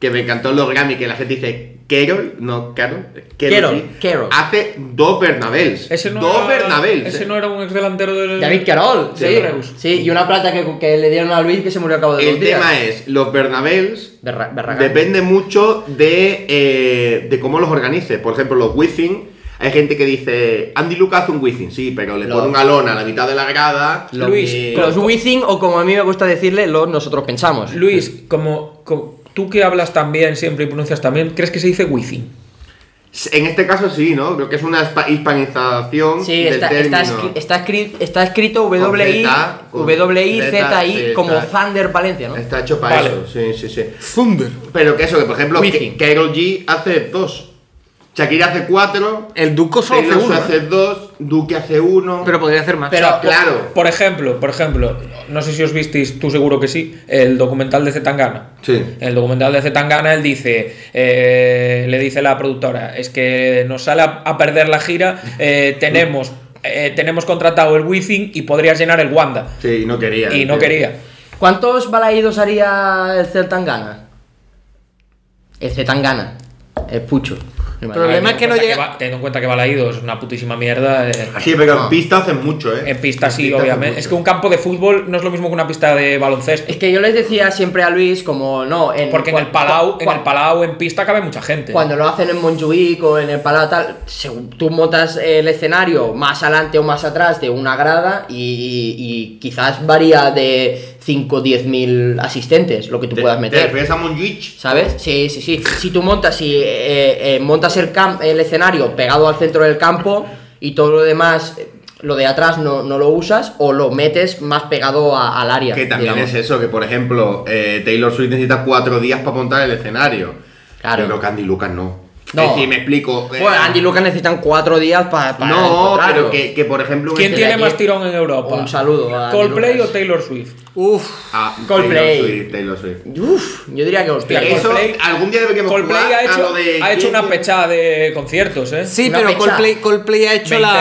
Speaker 4: que me encantó los Grammy, que la gente dice Carol, no Carol,
Speaker 2: Carol,
Speaker 4: G,
Speaker 2: Carol.
Speaker 4: hace dos Bernabels.
Speaker 5: Ese no,
Speaker 4: dos
Speaker 5: era,
Speaker 4: Bernabéus. eh.
Speaker 5: ese no era un ex delantero del.
Speaker 2: David Carol,
Speaker 5: Sí,
Speaker 2: sí.
Speaker 5: Reus.
Speaker 2: Sí, y una plata que, que le dieron a Luis que se murió a cabo de
Speaker 4: El
Speaker 2: dos días.
Speaker 4: tema es, los Bernabels
Speaker 2: Berra- Barragán.
Speaker 4: depende mucho de, eh, de cómo los organices. Por ejemplo, los Within, hay gente que dice, Andy Lucas hace un Within, sí, pero le
Speaker 2: Lo-
Speaker 4: pone una lona a la mitad de la grada.
Speaker 2: Los-
Speaker 5: Luis,
Speaker 2: eh, los Within, o como a mí me gusta decirle, los nosotros pensamos.
Speaker 5: Luis, como, co- tú que hablas también siempre y pronuncias también, ¿crees que se dice Wizzing?
Speaker 4: En este caso sí, ¿no? Creo que es una hispa- hispanización
Speaker 2: Sí,
Speaker 4: del
Speaker 2: está, está,
Speaker 4: término.
Speaker 2: escri- está, escri- está escrito
Speaker 4: Con
Speaker 2: W-I,
Speaker 4: Z, con
Speaker 2: W-I-Z-I,
Speaker 4: Z, sí,
Speaker 2: como
Speaker 4: está.
Speaker 2: Thunder Valencia, ¿no?
Speaker 4: Está hecho para
Speaker 5: Vale.
Speaker 4: eso, sí, sí, sí.
Speaker 6: Thunder.
Speaker 4: Pero que eso, que por ejemplo,
Speaker 2: Wizzing.
Speaker 4: Ke- Karol G hace dos. Shakira hace cuatro.
Speaker 6: El Duco solo hace
Speaker 4: Taylor Swift
Speaker 6: uno.
Speaker 4: hace
Speaker 6: ¿eh?
Speaker 4: dos. Duque hace uno.
Speaker 6: Pero pues podría hacer más.
Speaker 2: Pero-
Speaker 4: O sea, Ah, claro.
Speaker 5: Por ejemplo, por ejemplo, no sé si os visteis, tú seguro que sí, el documental de Zetangana.
Speaker 4: Sí.
Speaker 5: En el documental de Zetangana él dice, eh, le dice la productora, es que nos sale a, a perder la gira, eh, tenemos, eh, tenemos contratado el Wizzing y podrías llenar el Wanda.
Speaker 4: Sí, y no quería.
Speaker 5: Y no
Speaker 4: Sí.
Speaker 5: quería.
Speaker 2: ¿Cuántos balaídos haría el Celtangana? El Zetangana, el Pucho. El
Speaker 6: Problema es que no llega-
Speaker 5: teniendo en cuenta que Balaído es una putísima mierda. eh,
Speaker 4: Así, pero en pista hacen mucho, ¿eh?
Speaker 5: en pista sí,
Speaker 4: pista hacen
Speaker 5: obviamente.
Speaker 4: mucho.
Speaker 5: Es que un campo de fútbol no es lo mismo que una pista de baloncesto.
Speaker 2: Es que yo les decía siempre a Luis, como no, en,
Speaker 5: Porque en
Speaker 2: cua-
Speaker 5: el Palau, en
Speaker 2: cua-
Speaker 5: el Palau en pista cabe mucha gente.
Speaker 2: Cuando lo hacen en Montjuic o en el Palau tal, según tú montas el escenario más adelante o más atrás de una grada y, y quizás varía de 5 o 10 mil asistentes lo que tú
Speaker 4: Te-
Speaker 2: puedas
Speaker 4: ¿Te
Speaker 2: meter.
Speaker 4: refieres a Montjuic?
Speaker 2: ¿Sabes? Sí, sí, sí. Si tú montas, si eh, eh, montas el, cam- el escenario pegado al centro del campo y todo lo demás, eh, lo de atrás no, no lo usas o lo metes más pegado a- al área.
Speaker 4: Que también
Speaker 2: digamos.
Speaker 4: es eso, que por ejemplo, eh, Taylor Swift necesita cuatro días para montar el escenario.
Speaker 2: Claro.
Speaker 4: Pero Candy Lucas no.
Speaker 2: No.
Speaker 4: Es decir, me explico. eh,
Speaker 2: Bueno, Andy y Lucas necesitan cuatro días para...
Speaker 4: No, pero que, que, por ejemplo. este un
Speaker 5: ¿Quién
Speaker 2: que
Speaker 4: escenario-
Speaker 5: tiene
Speaker 2: allí-
Speaker 5: más tirón en Europa?
Speaker 2: Un saludo a Andy
Speaker 5: ¿Coldplay
Speaker 2: Lucas.
Speaker 5: o Taylor Swift?
Speaker 6: Uf,
Speaker 4: Ah,
Speaker 2: Coldplay.
Speaker 4: Taylor Swift, Taylor Swift.
Speaker 2: Uf, yo diría que los
Speaker 5: Hostia,
Speaker 2: Beatles.
Speaker 4: Eso,
Speaker 5: Coldplay-
Speaker 4: algún día deberíamos
Speaker 5: Coldplay
Speaker 4: jugar
Speaker 5: ha
Speaker 4: a lo
Speaker 5: hecho,
Speaker 4: de
Speaker 5: ha hecho
Speaker 4: quién
Speaker 5: una
Speaker 4: tiene-
Speaker 5: pechada de conciertos, ¿eh?
Speaker 6: sí,
Speaker 2: Una
Speaker 6: pero
Speaker 2: fecha.
Speaker 6: Coldplay, Coldplay ha hecho
Speaker 5: 20
Speaker 6: la,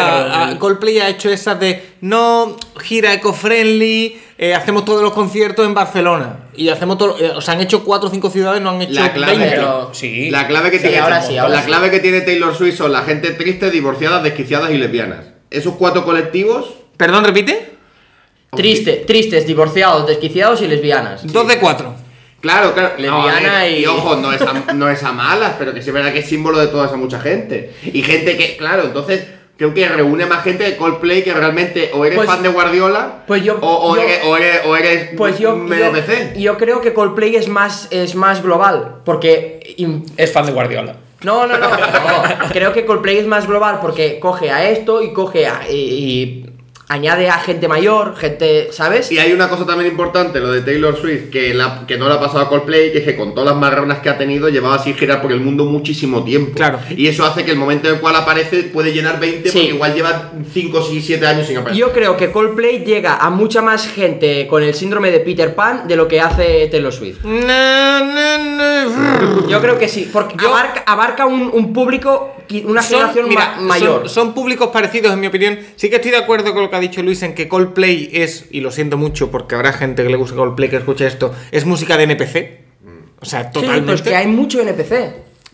Speaker 5: del-
Speaker 6: a- Coldplay ha hecho esas de no gira eco-friendly, eh, hacemos todos los conciertos en Barcelona y hacemos todo, eh, o sea, han hecho cuatro o cinco ciudades, no han hecho
Speaker 4: La clave,
Speaker 6: 20.
Speaker 2: pero-
Speaker 5: Sí.
Speaker 4: la clave que
Speaker 2: Sí,
Speaker 4: tiene
Speaker 2: ahora sí, ahora
Speaker 4: la
Speaker 2: sí.
Speaker 4: clave que tiene Taylor Swift son la gente triste, divorciada, desquiciadas y lesbianas. Esos cuatro colectivos
Speaker 6: Perdón, repite.
Speaker 2: Triste, tristes, divorciados, desquiciados y lesbianas.
Speaker 6: Dos de cuatro.
Speaker 4: Claro, claro.
Speaker 2: Lesbiana
Speaker 4: No, a ver,
Speaker 2: y-
Speaker 4: ojo, no es, a, no es a malas, pero que sí es verdad que es símbolo de toda esa mucha gente. Y gente que, claro, entonces creo que reúne más gente de Coldplay que realmente o eres
Speaker 2: Pues-
Speaker 4: fan de Guardiola
Speaker 2: pues yo-
Speaker 4: o, o
Speaker 2: yo-
Speaker 4: eres, o eres, o eres
Speaker 2: Pues yo,
Speaker 4: medio
Speaker 2: yo,
Speaker 4: PC.
Speaker 2: yo creo que Coldplay es más, es más global, porque... im-
Speaker 5: Es fan de Guardiola.
Speaker 2: No, no, no, no. Creo que Coldplay es más global porque coge a esto y coge a... Y, y añade a gente mayor, gente... ¿Sabes?
Speaker 4: Y hay una cosa también importante, lo de Taylor Swift, que, la, que no la ha pasado a Coldplay, que es que con todas las marronas que ha tenido, llevaba sin girar por el mundo muchísimo tiempo.
Speaker 6: Claro.
Speaker 4: Y eso hace que el momento en el cual aparece puede llenar 20,
Speaker 2: Sí.
Speaker 4: porque igual lleva 5, 6, 7 años sin aparecer.
Speaker 2: Yo creo que Coldplay llega a mucha más gente con el síndrome de Peter Pan de lo que hace Taylor Swift.
Speaker 6: Na, na, na.
Speaker 2: Yo creo que sí, porque
Speaker 6: Yo-
Speaker 2: abarca, abarca un, un público, qui- una
Speaker 6: Son-
Speaker 2: generación
Speaker 6: mira,
Speaker 2: ma- mayor.
Speaker 6: Son, son públicos parecidos, en mi opinión. Sí que estoy de acuerdo con lo que ha dicho Luis en que Coldplay es, y lo siento mucho porque habrá gente que le gusta Coldplay que escuche esto, es música de NPC. O sea,
Speaker 2: Sí,
Speaker 6: totalmente.
Speaker 2: pero es pues que hay mucho NPC.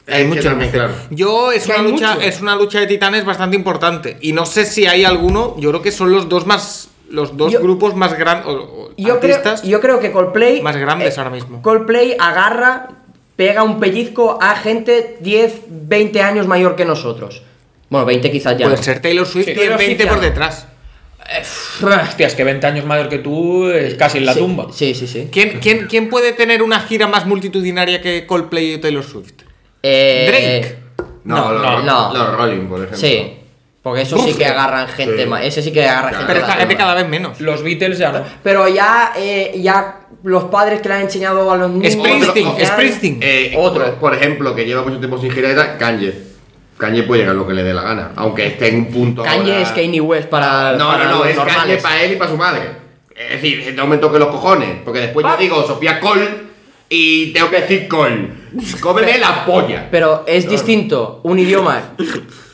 Speaker 4: Es
Speaker 6: Hay
Speaker 4: que
Speaker 6: mucho
Speaker 4: también,
Speaker 6: NPC.
Speaker 4: claro.
Speaker 6: Yo es
Speaker 2: que
Speaker 6: una,
Speaker 2: hay
Speaker 6: lucha,
Speaker 2: mucho.
Speaker 6: es una lucha de titanes bastante importante. Y no sé si hay alguno, yo creo que son los dos más. Los dos
Speaker 2: Yo-
Speaker 6: grupos más grandes.
Speaker 2: Yo creo, yo creo que Coldplay. eh,
Speaker 6: más grandes ahora mismo.
Speaker 2: Coldplay agarra, pega un pellizco a gente 10, 20 años mayor que nosotros. Bueno, 20 quizás ya.
Speaker 6: Puede
Speaker 2: no.
Speaker 6: ser Taylor Swift
Speaker 5: Sí.
Speaker 6: tiene
Speaker 2: Taylor Swift
Speaker 6: 20
Speaker 2: ya
Speaker 6: por
Speaker 2: no.
Speaker 6: detrás.
Speaker 5: Hostia, es que 20 años mayor que tú es casi en la
Speaker 2: Sí,
Speaker 5: tumba.
Speaker 2: Sí, sí, sí.
Speaker 6: ¿Quién, quién, quién puede tener una gira más multitudinaria que Coldplay o Taylor Swift?
Speaker 2: Eh,
Speaker 6: Drake.
Speaker 4: No, los,
Speaker 2: no, no.
Speaker 4: los Rolling, por ejemplo.
Speaker 2: Eh, Sí. Porque eso sí que agarran gente ma- Ese sí que agarra gente
Speaker 6: Pero
Speaker 2: ma-
Speaker 6: esta gente cada vez menos.
Speaker 5: Los Beatles ya no.
Speaker 2: Pero ya, eh, ya los padres que le han enseñado a los niños.
Speaker 6: Springsteen,
Speaker 2: ya-
Speaker 6: Springsteen.
Speaker 4: Eh,
Speaker 2: Otro.
Speaker 4: Por ejemplo, que lleva mucho tiempo sin girar era Kanye. Kanye puede llegar a lo que le dé la gana, aunque esté en un punto.
Speaker 2: Kanye
Speaker 4: ahora-
Speaker 2: es Kanye West para.
Speaker 4: No,
Speaker 2: para
Speaker 4: no, no,
Speaker 2: los
Speaker 4: es Kanye
Speaker 2: normales.
Speaker 4: para él y para su madre. Es decir, este no me toque los cojones, porque después yo digo Sofía Cole y tengo que decir Cole. Cómeme la polla.
Speaker 2: Pero es distinto un idioma.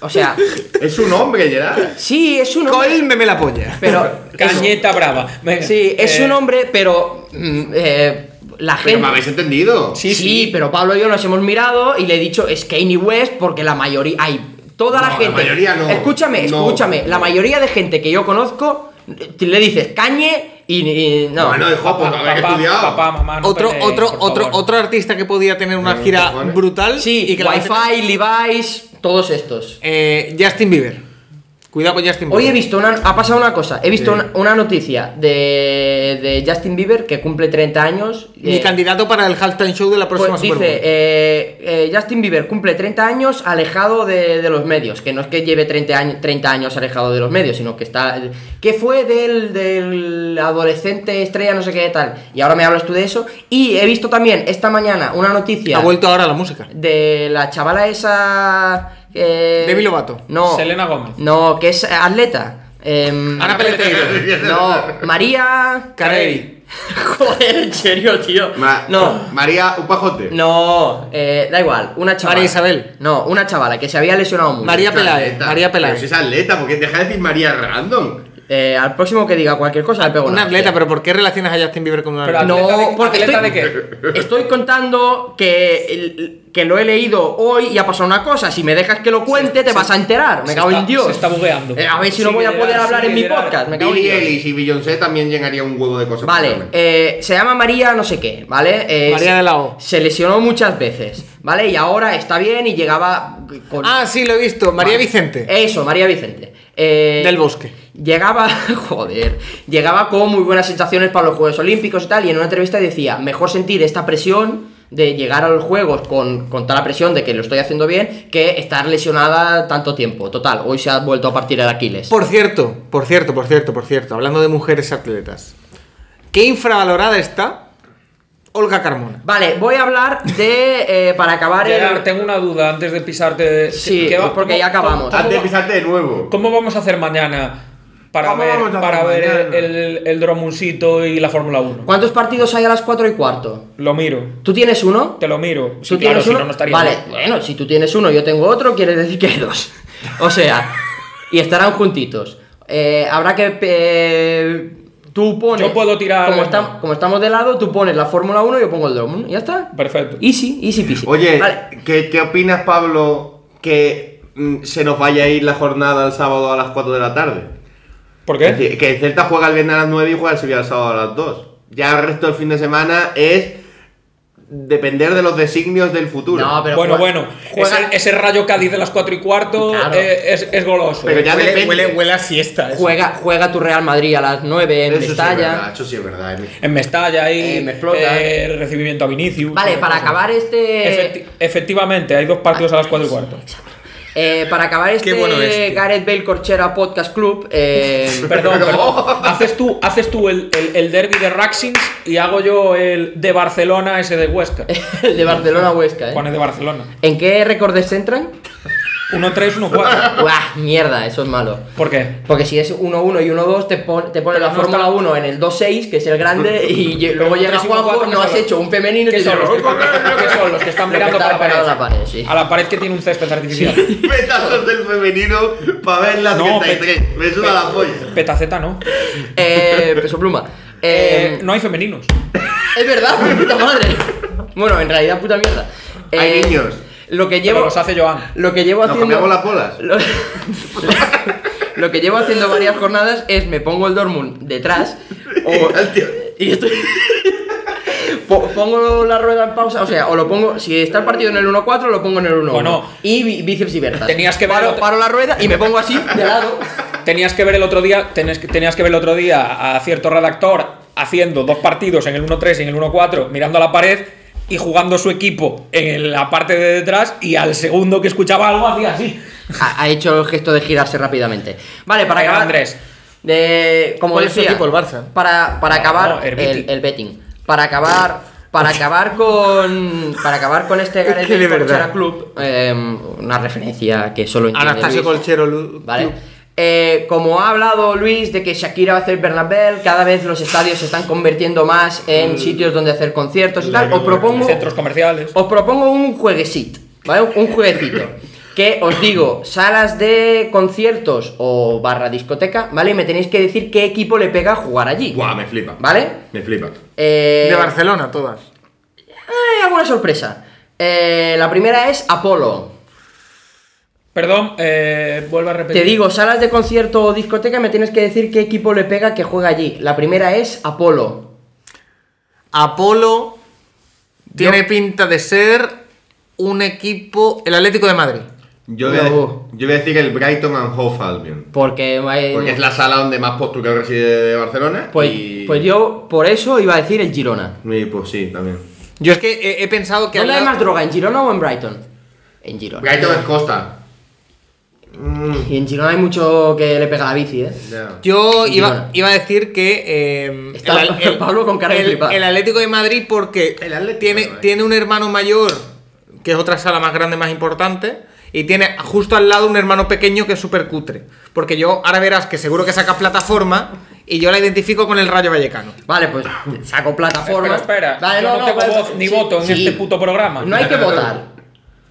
Speaker 2: O sea,
Speaker 4: Es un hombre, Gerard.
Speaker 2: sí, es un hombre.
Speaker 6: Cólmeme la polla.
Speaker 2: Pero.
Speaker 5: Cañeta brava. Venga,
Speaker 2: Sí, es
Speaker 5: eh,
Speaker 2: un hombre, pero. mm, eh, la
Speaker 4: Pero me
Speaker 2: gente.
Speaker 4: habéis entendido.
Speaker 2: Sí, sí, pero Pablo y yo nos hemos mirado y le he dicho es Kanye West porque la mayoría. Hay toda la
Speaker 4: No, la
Speaker 2: gente.
Speaker 4: mayoría no.
Speaker 2: Escúchame,
Speaker 4: No.
Speaker 2: escúchame. La mayoría de gente que yo conozco eh, le dices Kanye y. y- no.
Speaker 4: Bueno, hijo, pues haber
Speaker 5: papá,
Speaker 4: estudiado.
Speaker 5: papá,
Speaker 2: Ah,
Speaker 5: mamá, no
Speaker 6: Otro,
Speaker 5: peleéis,
Speaker 6: otro,
Speaker 5: por
Speaker 6: otro,
Speaker 5: favor.
Speaker 6: otro artista que podía tener una
Speaker 4: Pero,
Speaker 6: gira
Speaker 4: cojones.
Speaker 6: brutal.
Speaker 2: sí,
Speaker 6: y que la
Speaker 2: Wi-Fi,
Speaker 6: gente-
Speaker 2: Levi's, todos estos.
Speaker 6: Eh, Justin Bieber. Cuidado con Justin Bieber.
Speaker 2: Hoy he visto una. Ha pasado una cosa. He visto una, una noticia de, de Justin Bieber que cumple 30 años.
Speaker 6: Mi
Speaker 2: eh,
Speaker 6: candidato para el halftime show de la
Speaker 2: pues
Speaker 6: próxima Super Bowl.
Speaker 2: dice, eh, eh, Justin Bieber cumple 30 años alejado de, de los medios, que no es que lleve 30 años, 30 años alejado de los medios, sino que está... que fue del, del adolescente estrella no sé qué tal? Y ahora me hablas tú de eso. Y he visto también esta mañana una noticia
Speaker 6: Ha vuelto ahora la música.
Speaker 2: de la chavala esa... eh,
Speaker 6: Demi Lovato.
Speaker 2: No.
Speaker 5: Selena Gómez.
Speaker 2: No, que es atleta. Em,
Speaker 6: Ana Peleteiro.
Speaker 2: no, María...
Speaker 6: Carey.
Speaker 2: Joder, en serio, tío.
Speaker 4: Ma-
Speaker 2: no.
Speaker 4: María, un pajote.
Speaker 2: No, eh, da igual, una chavala.
Speaker 6: María Isabel.
Speaker 2: No, una chavala que se había lesionado mucho.
Speaker 6: María Peláez.
Speaker 4: Atleta.
Speaker 6: María
Speaker 4: Pero si
Speaker 6: Peláez.
Speaker 4: es atleta, porque deja de decir María Random.
Speaker 2: Eh, al próximo que diga cualquier cosa le pego
Speaker 6: Un
Speaker 2: una
Speaker 6: atleta,
Speaker 2: hostia.
Speaker 6: pero ¿por qué relacionas a Justin Bieber con un
Speaker 5: Pero
Speaker 6: atleta?
Speaker 2: No,
Speaker 5: ¿Atleta de-
Speaker 2: porque
Speaker 5: atleta
Speaker 2: estoy,
Speaker 5: de
Speaker 2: estoy contando que, el- que lo he leído hoy y ha pasado una cosa. Si me dejas que lo cuente, te vas a enterar. Me
Speaker 5: Se
Speaker 2: cago en
Speaker 5: está-
Speaker 2: Dios.
Speaker 5: Se está bugueando.
Speaker 2: Eh, a ver si
Speaker 5: Sigue,
Speaker 2: no voy a poder
Speaker 5: Gerard,
Speaker 2: hablar
Speaker 5: sigue,
Speaker 2: en mi
Speaker 5: Gerard.
Speaker 2: podcast. Me cago en
Speaker 4: Billy
Speaker 2: Dios.
Speaker 4: Ellis y Beyoncé también llenaría un huevo de cosas.
Speaker 2: Vale,
Speaker 4: probablemente.
Speaker 2: eh, se llama María no sé qué, ¿vale? Eh,
Speaker 6: María
Speaker 2: se-
Speaker 6: de la O.
Speaker 2: Se lesionó muchas veces, ¿vale? Y ahora está bien y llegaba con...
Speaker 6: Ah, sí, lo he visto. María
Speaker 2: Vale.
Speaker 6: Vicente.
Speaker 2: Eso, María Vicente. Eh,
Speaker 6: Del Bosque.
Speaker 2: Llegaba, joder, llegaba con muy buenas sensaciones para los Juegos Olímpicos y tal, y en una entrevista decía, mejor sentir esta presión de llegar a los Juegos con, con toda la presión de que lo estoy haciendo bien, que estar lesionada tanto tiempo. Total, hoy se ha vuelto a partir el Aquiles.
Speaker 6: Por cierto, por cierto, por cierto, por cierto, hablando de mujeres atletas. ¿Qué infravalorada está Olga Carmona?
Speaker 2: Vale, voy a hablar de, eh, para acabar
Speaker 5: Gerard,
Speaker 2: el...
Speaker 5: tengo una duda antes de pisarte.
Speaker 2: Sí,
Speaker 5: ¿Qué va-
Speaker 2: porque ya
Speaker 5: cómo-
Speaker 2: acabamos.
Speaker 5: cómo-
Speaker 4: Antes de pisarte de nuevo.
Speaker 5: ¿Cómo vamos a hacer mañana para
Speaker 6: ¿Cómo
Speaker 5: ver,
Speaker 6: vamos a hacer
Speaker 5: para ver el,
Speaker 6: mañana?
Speaker 5: el, el dromuncito y la Fórmula 1?
Speaker 2: ¿Cuántos partidos hay a las 4 y cuarto?
Speaker 5: Lo miro,
Speaker 2: ¿Tú tienes uno?
Speaker 5: te lo miro.
Speaker 2: ¿Tú
Speaker 5: Pues Sí, claro, si
Speaker 2: uno?
Speaker 5: no, no estaría.
Speaker 2: Vale, bueno, si tú tienes uno y yo tengo otro, quiere decir que hay dos. O sea, y estarán juntitos. Eh, habrá que. eh, tú pones.
Speaker 5: Yo puedo tirar-
Speaker 2: Como, estam- como estamos de lado, tú pones la Fórmula 1 y yo pongo el Drummond. Ya está.
Speaker 5: Perfecto.
Speaker 2: Easy, easy peasy.
Speaker 4: Oye,
Speaker 2: Vale.
Speaker 4: ¿qué, qué opinas, Pablo, que mm, se nos vaya a ir la jornada el sábado a las 4 de la tarde?
Speaker 5: ¿Por
Speaker 4: Es
Speaker 5: qué?
Speaker 4: decir, que el Celta juega el viernes a las 9 y juega el Sevilla el sábado a las 2. Ya el resto del fin de semana es depender de los designios del futuro.
Speaker 2: No, pero.
Speaker 5: bueno,
Speaker 2: juega-
Speaker 5: bueno,
Speaker 2: juega-
Speaker 5: ese, ese rayo Cádiz de las 4 y cuarto
Speaker 2: Claro.
Speaker 5: eh, es, es goloso.
Speaker 4: Pero ya
Speaker 6: Huele,
Speaker 4: depende.
Speaker 6: huele, huele a siesta. eso.
Speaker 2: Juega, juega tu Real Madrid a las 9 en
Speaker 4: Eso sí es verdad,
Speaker 2: Mestalla.
Speaker 4: eso sí es verdad. Emi.
Speaker 5: En Mestalla hay
Speaker 2: Eh, me explota.
Speaker 5: eh, recibimiento a Vinicius.
Speaker 2: vale,
Speaker 5: eh,
Speaker 2: para
Speaker 5: cosas.
Speaker 2: acabar este.
Speaker 5: Efecti- efectivamente, hay dos partidos a las 4 y cuarto.
Speaker 2: Eh, para acabar este,
Speaker 6: bueno este.
Speaker 2: Gareth Bale Corchera Podcast Club, eh,
Speaker 5: Perdón, perdón. Haces tú, haces tú el, el, el derby de Raxins y hago yo el de Barcelona, ese de Huesca.
Speaker 2: el de Barcelona Huesca,
Speaker 5: Juan
Speaker 2: ¿eh?
Speaker 5: es de Barcelona.
Speaker 2: ¿En qué recordes se entran?
Speaker 5: 1-3, 1-4.
Speaker 2: Buah, mierda, eso es malo.
Speaker 5: ¿Por qué?
Speaker 2: Porque si es 1-1 y 1-2, te, pon- te pone
Speaker 5: Pero
Speaker 2: la
Speaker 5: no
Speaker 2: Fórmula
Speaker 5: está-
Speaker 2: 1 en el 2-6, que es el grande, y lle- luego
Speaker 5: un
Speaker 2: llega
Speaker 5: 3 y un
Speaker 2: Juanjo,
Speaker 5: 4,
Speaker 2: no
Speaker 5: que
Speaker 2: has
Speaker 5: son-
Speaker 2: hecho un femenino y te
Speaker 5: ¿Qué
Speaker 2: dice,
Speaker 5: son, los que, qué son los que están
Speaker 2: Lo que
Speaker 5: mirando
Speaker 2: está
Speaker 5: para
Speaker 2: pegado
Speaker 5: la
Speaker 2: a la pared, Ah, sí.
Speaker 5: A la pared que tiene un césped artificial.
Speaker 4: Petazos del femenino para ver las
Speaker 5: No,
Speaker 4: 33. Me suda la polla.
Speaker 5: Petaceta no.
Speaker 2: eh, peso pluma.
Speaker 5: Eh,
Speaker 2: Eh,
Speaker 5: no hay femeninos.
Speaker 2: Es verdad, puta madre. Bueno, en realidad, puta mierda. Eh,
Speaker 4: Hay niños.
Speaker 2: Lo que
Speaker 5: Pero
Speaker 2: llevo,
Speaker 5: los hace Joan.
Speaker 2: lo que llevo
Speaker 4: Nos
Speaker 2: haciendo...
Speaker 4: cambiamos las bolas.
Speaker 2: Lo, lo que llevo haciendo varias jornadas es me pongo el Dortmund detrás o,
Speaker 4: Al tío.
Speaker 2: y estoy po- pongo la rueda en pausa, o sea, o lo pongo si está el partido en el 1-4 lo pongo en el 1-1
Speaker 5: Bueno.
Speaker 2: y bí- bíceps y vértebras.
Speaker 5: Tenías que ver
Speaker 2: paro,
Speaker 5: otra-
Speaker 2: paro la rueda y me pongo así de lado.
Speaker 5: Tenías que ver el otro día, tenías que, tenías que ver el otro día a cierto redactor haciendo dos partidos en el 1-3 y en el 1-4, mirando a la pared y jugando su equipo en la parte de detrás y al segundo que escuchaba algo hacía así.
Speaker 2: Ha, ha hecho el gesto de girarse rápidamente. Vale, para
Speaker 5: Venga,
Speaker 2: acabar
Speaker 5: Andrés.
Speaker 2: de- como
Speaker 6: ¿Cuál es su
Speaker 2: decía,
Speaker 6: equipo, el Barça?
Speaker 2: Para, para
Speaker 5: No,
Speaker 2: acabar
Speaker 5: no, el Betis.
Speaker 2: el, el betting. Para acabar para acabar con para acabar con este Gareth
Speaker 6: que de
Speaker 2: Bale
Speaker 6: verdad.
Speaker 2: Corchera Club, eh, una referencia que solo entiende
Speaker 6: Anastasio
Speaker 2: Luis.
Speaker 6: Colchero. Lu-
Speaker 2: Vale. Eh, como ha hablado Luis de que Shakira va a hacer Bernabéu, cada vez los estadios se están convirtiendo más en sitios donde hacer conciertos y tal. Os propongo,
Speaker 5: Centros comerciales.
Speaker 2: os propongo un jueguecito, ¿vale? Un- Un jueguecito. Que os digo, salas de conciertos o barra discoteca, ¿vale? Y me tenéis que decir qué equipo le pega jugar allí.
Speaker 4: Guau, me flipa.
Speaker 2: ¿Vale?
Speaker 4: Me flipa.
Speaker 2: Eh,
Speaker 6: De Barcelona, todas.
Speaker 2: hay alguna sorpresa. Eh, la primera es Apolo.
Speaker 5: Perdón, eh, vuelvo a repetir.
Speaker 2: Te digo, salas de concierto o discoteca, me tienes que decir qué equipo le pega que juega allí. La primera es Apolo.
Speaker 6: Apolo tiene pinta de ser un equipo. El Atlético de Madrid.
Speaker 4: Yo voy, a,
Speaker 2: Bravo.
Speaker 4: yo voy a decir el Brighton and Hove Albion.
Speaker 2: Porque, eh,
Speaker 4: Porque es la sala donde más postureo reside de Barcelona.
Speaker 2: pues,
Speaker 4: y-
Speaker 2: pues yo por eso iba a decir el Girona.
Speaker 4: Y, pues sí, también.
Speaker 6: Yo es que he, he pensado que.
Speaker 2: ¿Dónde
Speaker 6: había-
Speaker 2: hay más droga? ¿En Girona o en Brighton? En Girona.
Speaker 4: Brighton es Costa. Mm,
Speaker 2: Y en Girona hay mucho que le pega la bici, ¿eh?
Speaker 4: ya.
Speaker 6: Yo iba,
Speaker 2: Girona.
Speaker 6: iba a decir que. eh,
Speaker 2: Está Pablo con cara de
Speaker 6: el-
Speaker 2: flipado.
Speaker 6: el Atlético de Madrid, porque
Speaker 4: El Atlético eh. de
Speaker 6: tiene,
Speaker 4: Madrid.
Speaker 6: tiene un hermano mayor, que es otra sala más grande, más importante. Y tiene justo al lado un hermano pequeño que es súper cutre. Porque yo, ahora verás que seguro que saca plataforma. Y yo la identifico con el Rayo Vallecano.
Speaker 2: Vale, pues saco plataforma.
Speaker 5: Pero espera,
Speaker 2: Vale,
Speaker 5: yo no, tengo
Speaker 2: pero-
Speaker 5: voz ni
Speaker 2: sí,
Speaker 5: voto en
Speaker 2: sí.
Speaker 5: este puto programa.
Speaker 2: No hay que votar.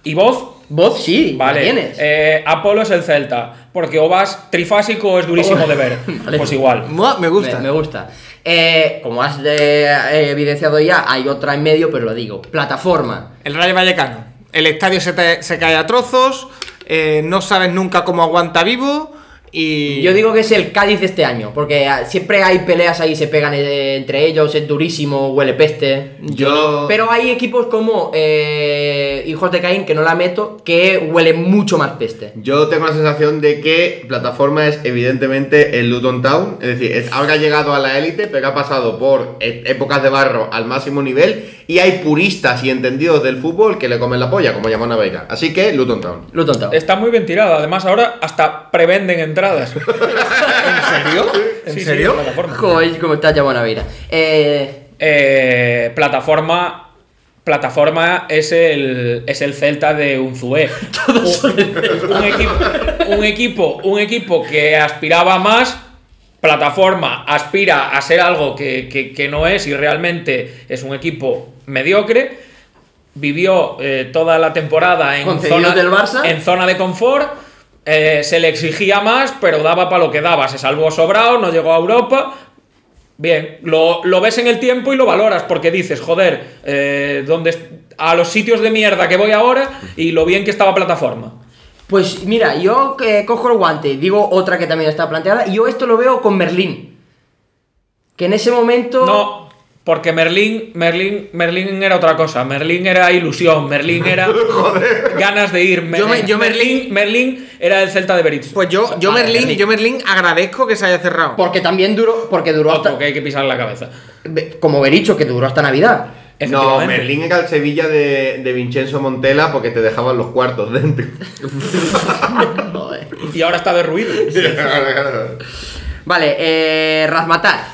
Speaker 5: ¿Y voz?
Speaker 2: Voz sí,
Speaker 5: Vale.
Speaker 2: la tienes.
Speaker 5: Eh, Apolo es el Celta. Porque Obas trifásico es durísimo de ver.
Speaker 2: Vale.
Speaker 5: Pues igual.
Speaker 6: Mua, Me gusta.
Speaker 2: Me, me gusta. Eh, como has eh, eh, evidenciado ya, hay otra en medio, pero lo digo. Plataforma.
Speaker 6: El Rayo Vallecano. El estadio se, te- se cae a trozos. eh, no sabes nunca cómo aguanta vivo. Y.
Speaker 2: Yo digo que es el Cádiz de este año, porque ah, siempre hay peleas ahí, se pegan eh, entre ellos, es durísimo, huele peste.
Speaker 4: Yo.
Speaker 2: Pero hay equipos como eh, Hijos de Caín, que no la meto, que huele mucho más peste.
Speaker 4: Yo tengo la sensación de que plataforma es evidentemente el Luton Town, es decir, es- ahora ha llegado a la élite, pero ha pasado por e- épocas de barro al máximo nivel y hay puristas y entendidos del fútbol que le comen la polla, como llamó Vega. Así que Luton Town.
Speaker 2: Lo tontado.
Speaker 5: Está muy bien tirada. Además, ahora hasta prevenden entradas.
Speaker 6: ¿En serio? ¿En
Speaker 5: Sí, sí,
Speaker 6: serio?
Speaker 5: en plataforma.
Speaker 2: Joder, cómo está llamando vida. Eh,
Speaker 5: Eh, plataforma. Plataforma es el, es el Celta de Unzué. un, un equipo, un equipo un equipo que aspiraba a más. Plataforma aspira a ser algo que, que- que no es y realmente es un equipo mediocre. Vivió eh, toda la temporada en
Speaker 2: Concedido
Speaker 5: zona,
Speaker 2: del Barça.
Speaker 5: en zona de confort. eh, se le exigía más, pero daba para lo que daba. Se salvó sobrado, no llegó a Europa. Bien, lo, lo ves en el tiempo y lo valoras porque dices, joder, eh, ¿dónde est- a los sitios de mierda que voy ahora y lo bien que estaba plataforma.
Speaker 2: pues mira, yo eh, cojo el guante, y digo otra que también está planteada, y yo esto lo veo con Merlín. Que en ese momento.
Speaker 5: No, porque Merlín, Merlín, Merlín era otra cosa. Merlín era ilusión, Merlín era ganas de ir.
Speaker 6: Yo me- yo
Speaker 5: Merlín, Merlín era el Celta de Berizzo.
Speaker 6: Pues yo, yo
Speaker 2: Vale,
Speaker 6: Merlín,
Speaker 2: Merlín.
Speaker 6: yo Merlín agradezco que se haya cerrado.
Speaker 2: Porque también duró. Porque duró hasta.
Speaker 5: Otro que hay que pisar la cabeza.
Speaker 2: Ve- Como Bericho, que duró hasta Navidad.
Speaker 4: No,
Speaker 5: Efectivamente.
Speaker 4: Merlín era el Sevilla de, de Vincenzo Montela porque te dejaban los cuartos dentro.
Speaker 2: Joder.
Speaker 5: Y ahora está derruido.
Speaker 2: Vale, eh, Razmataz.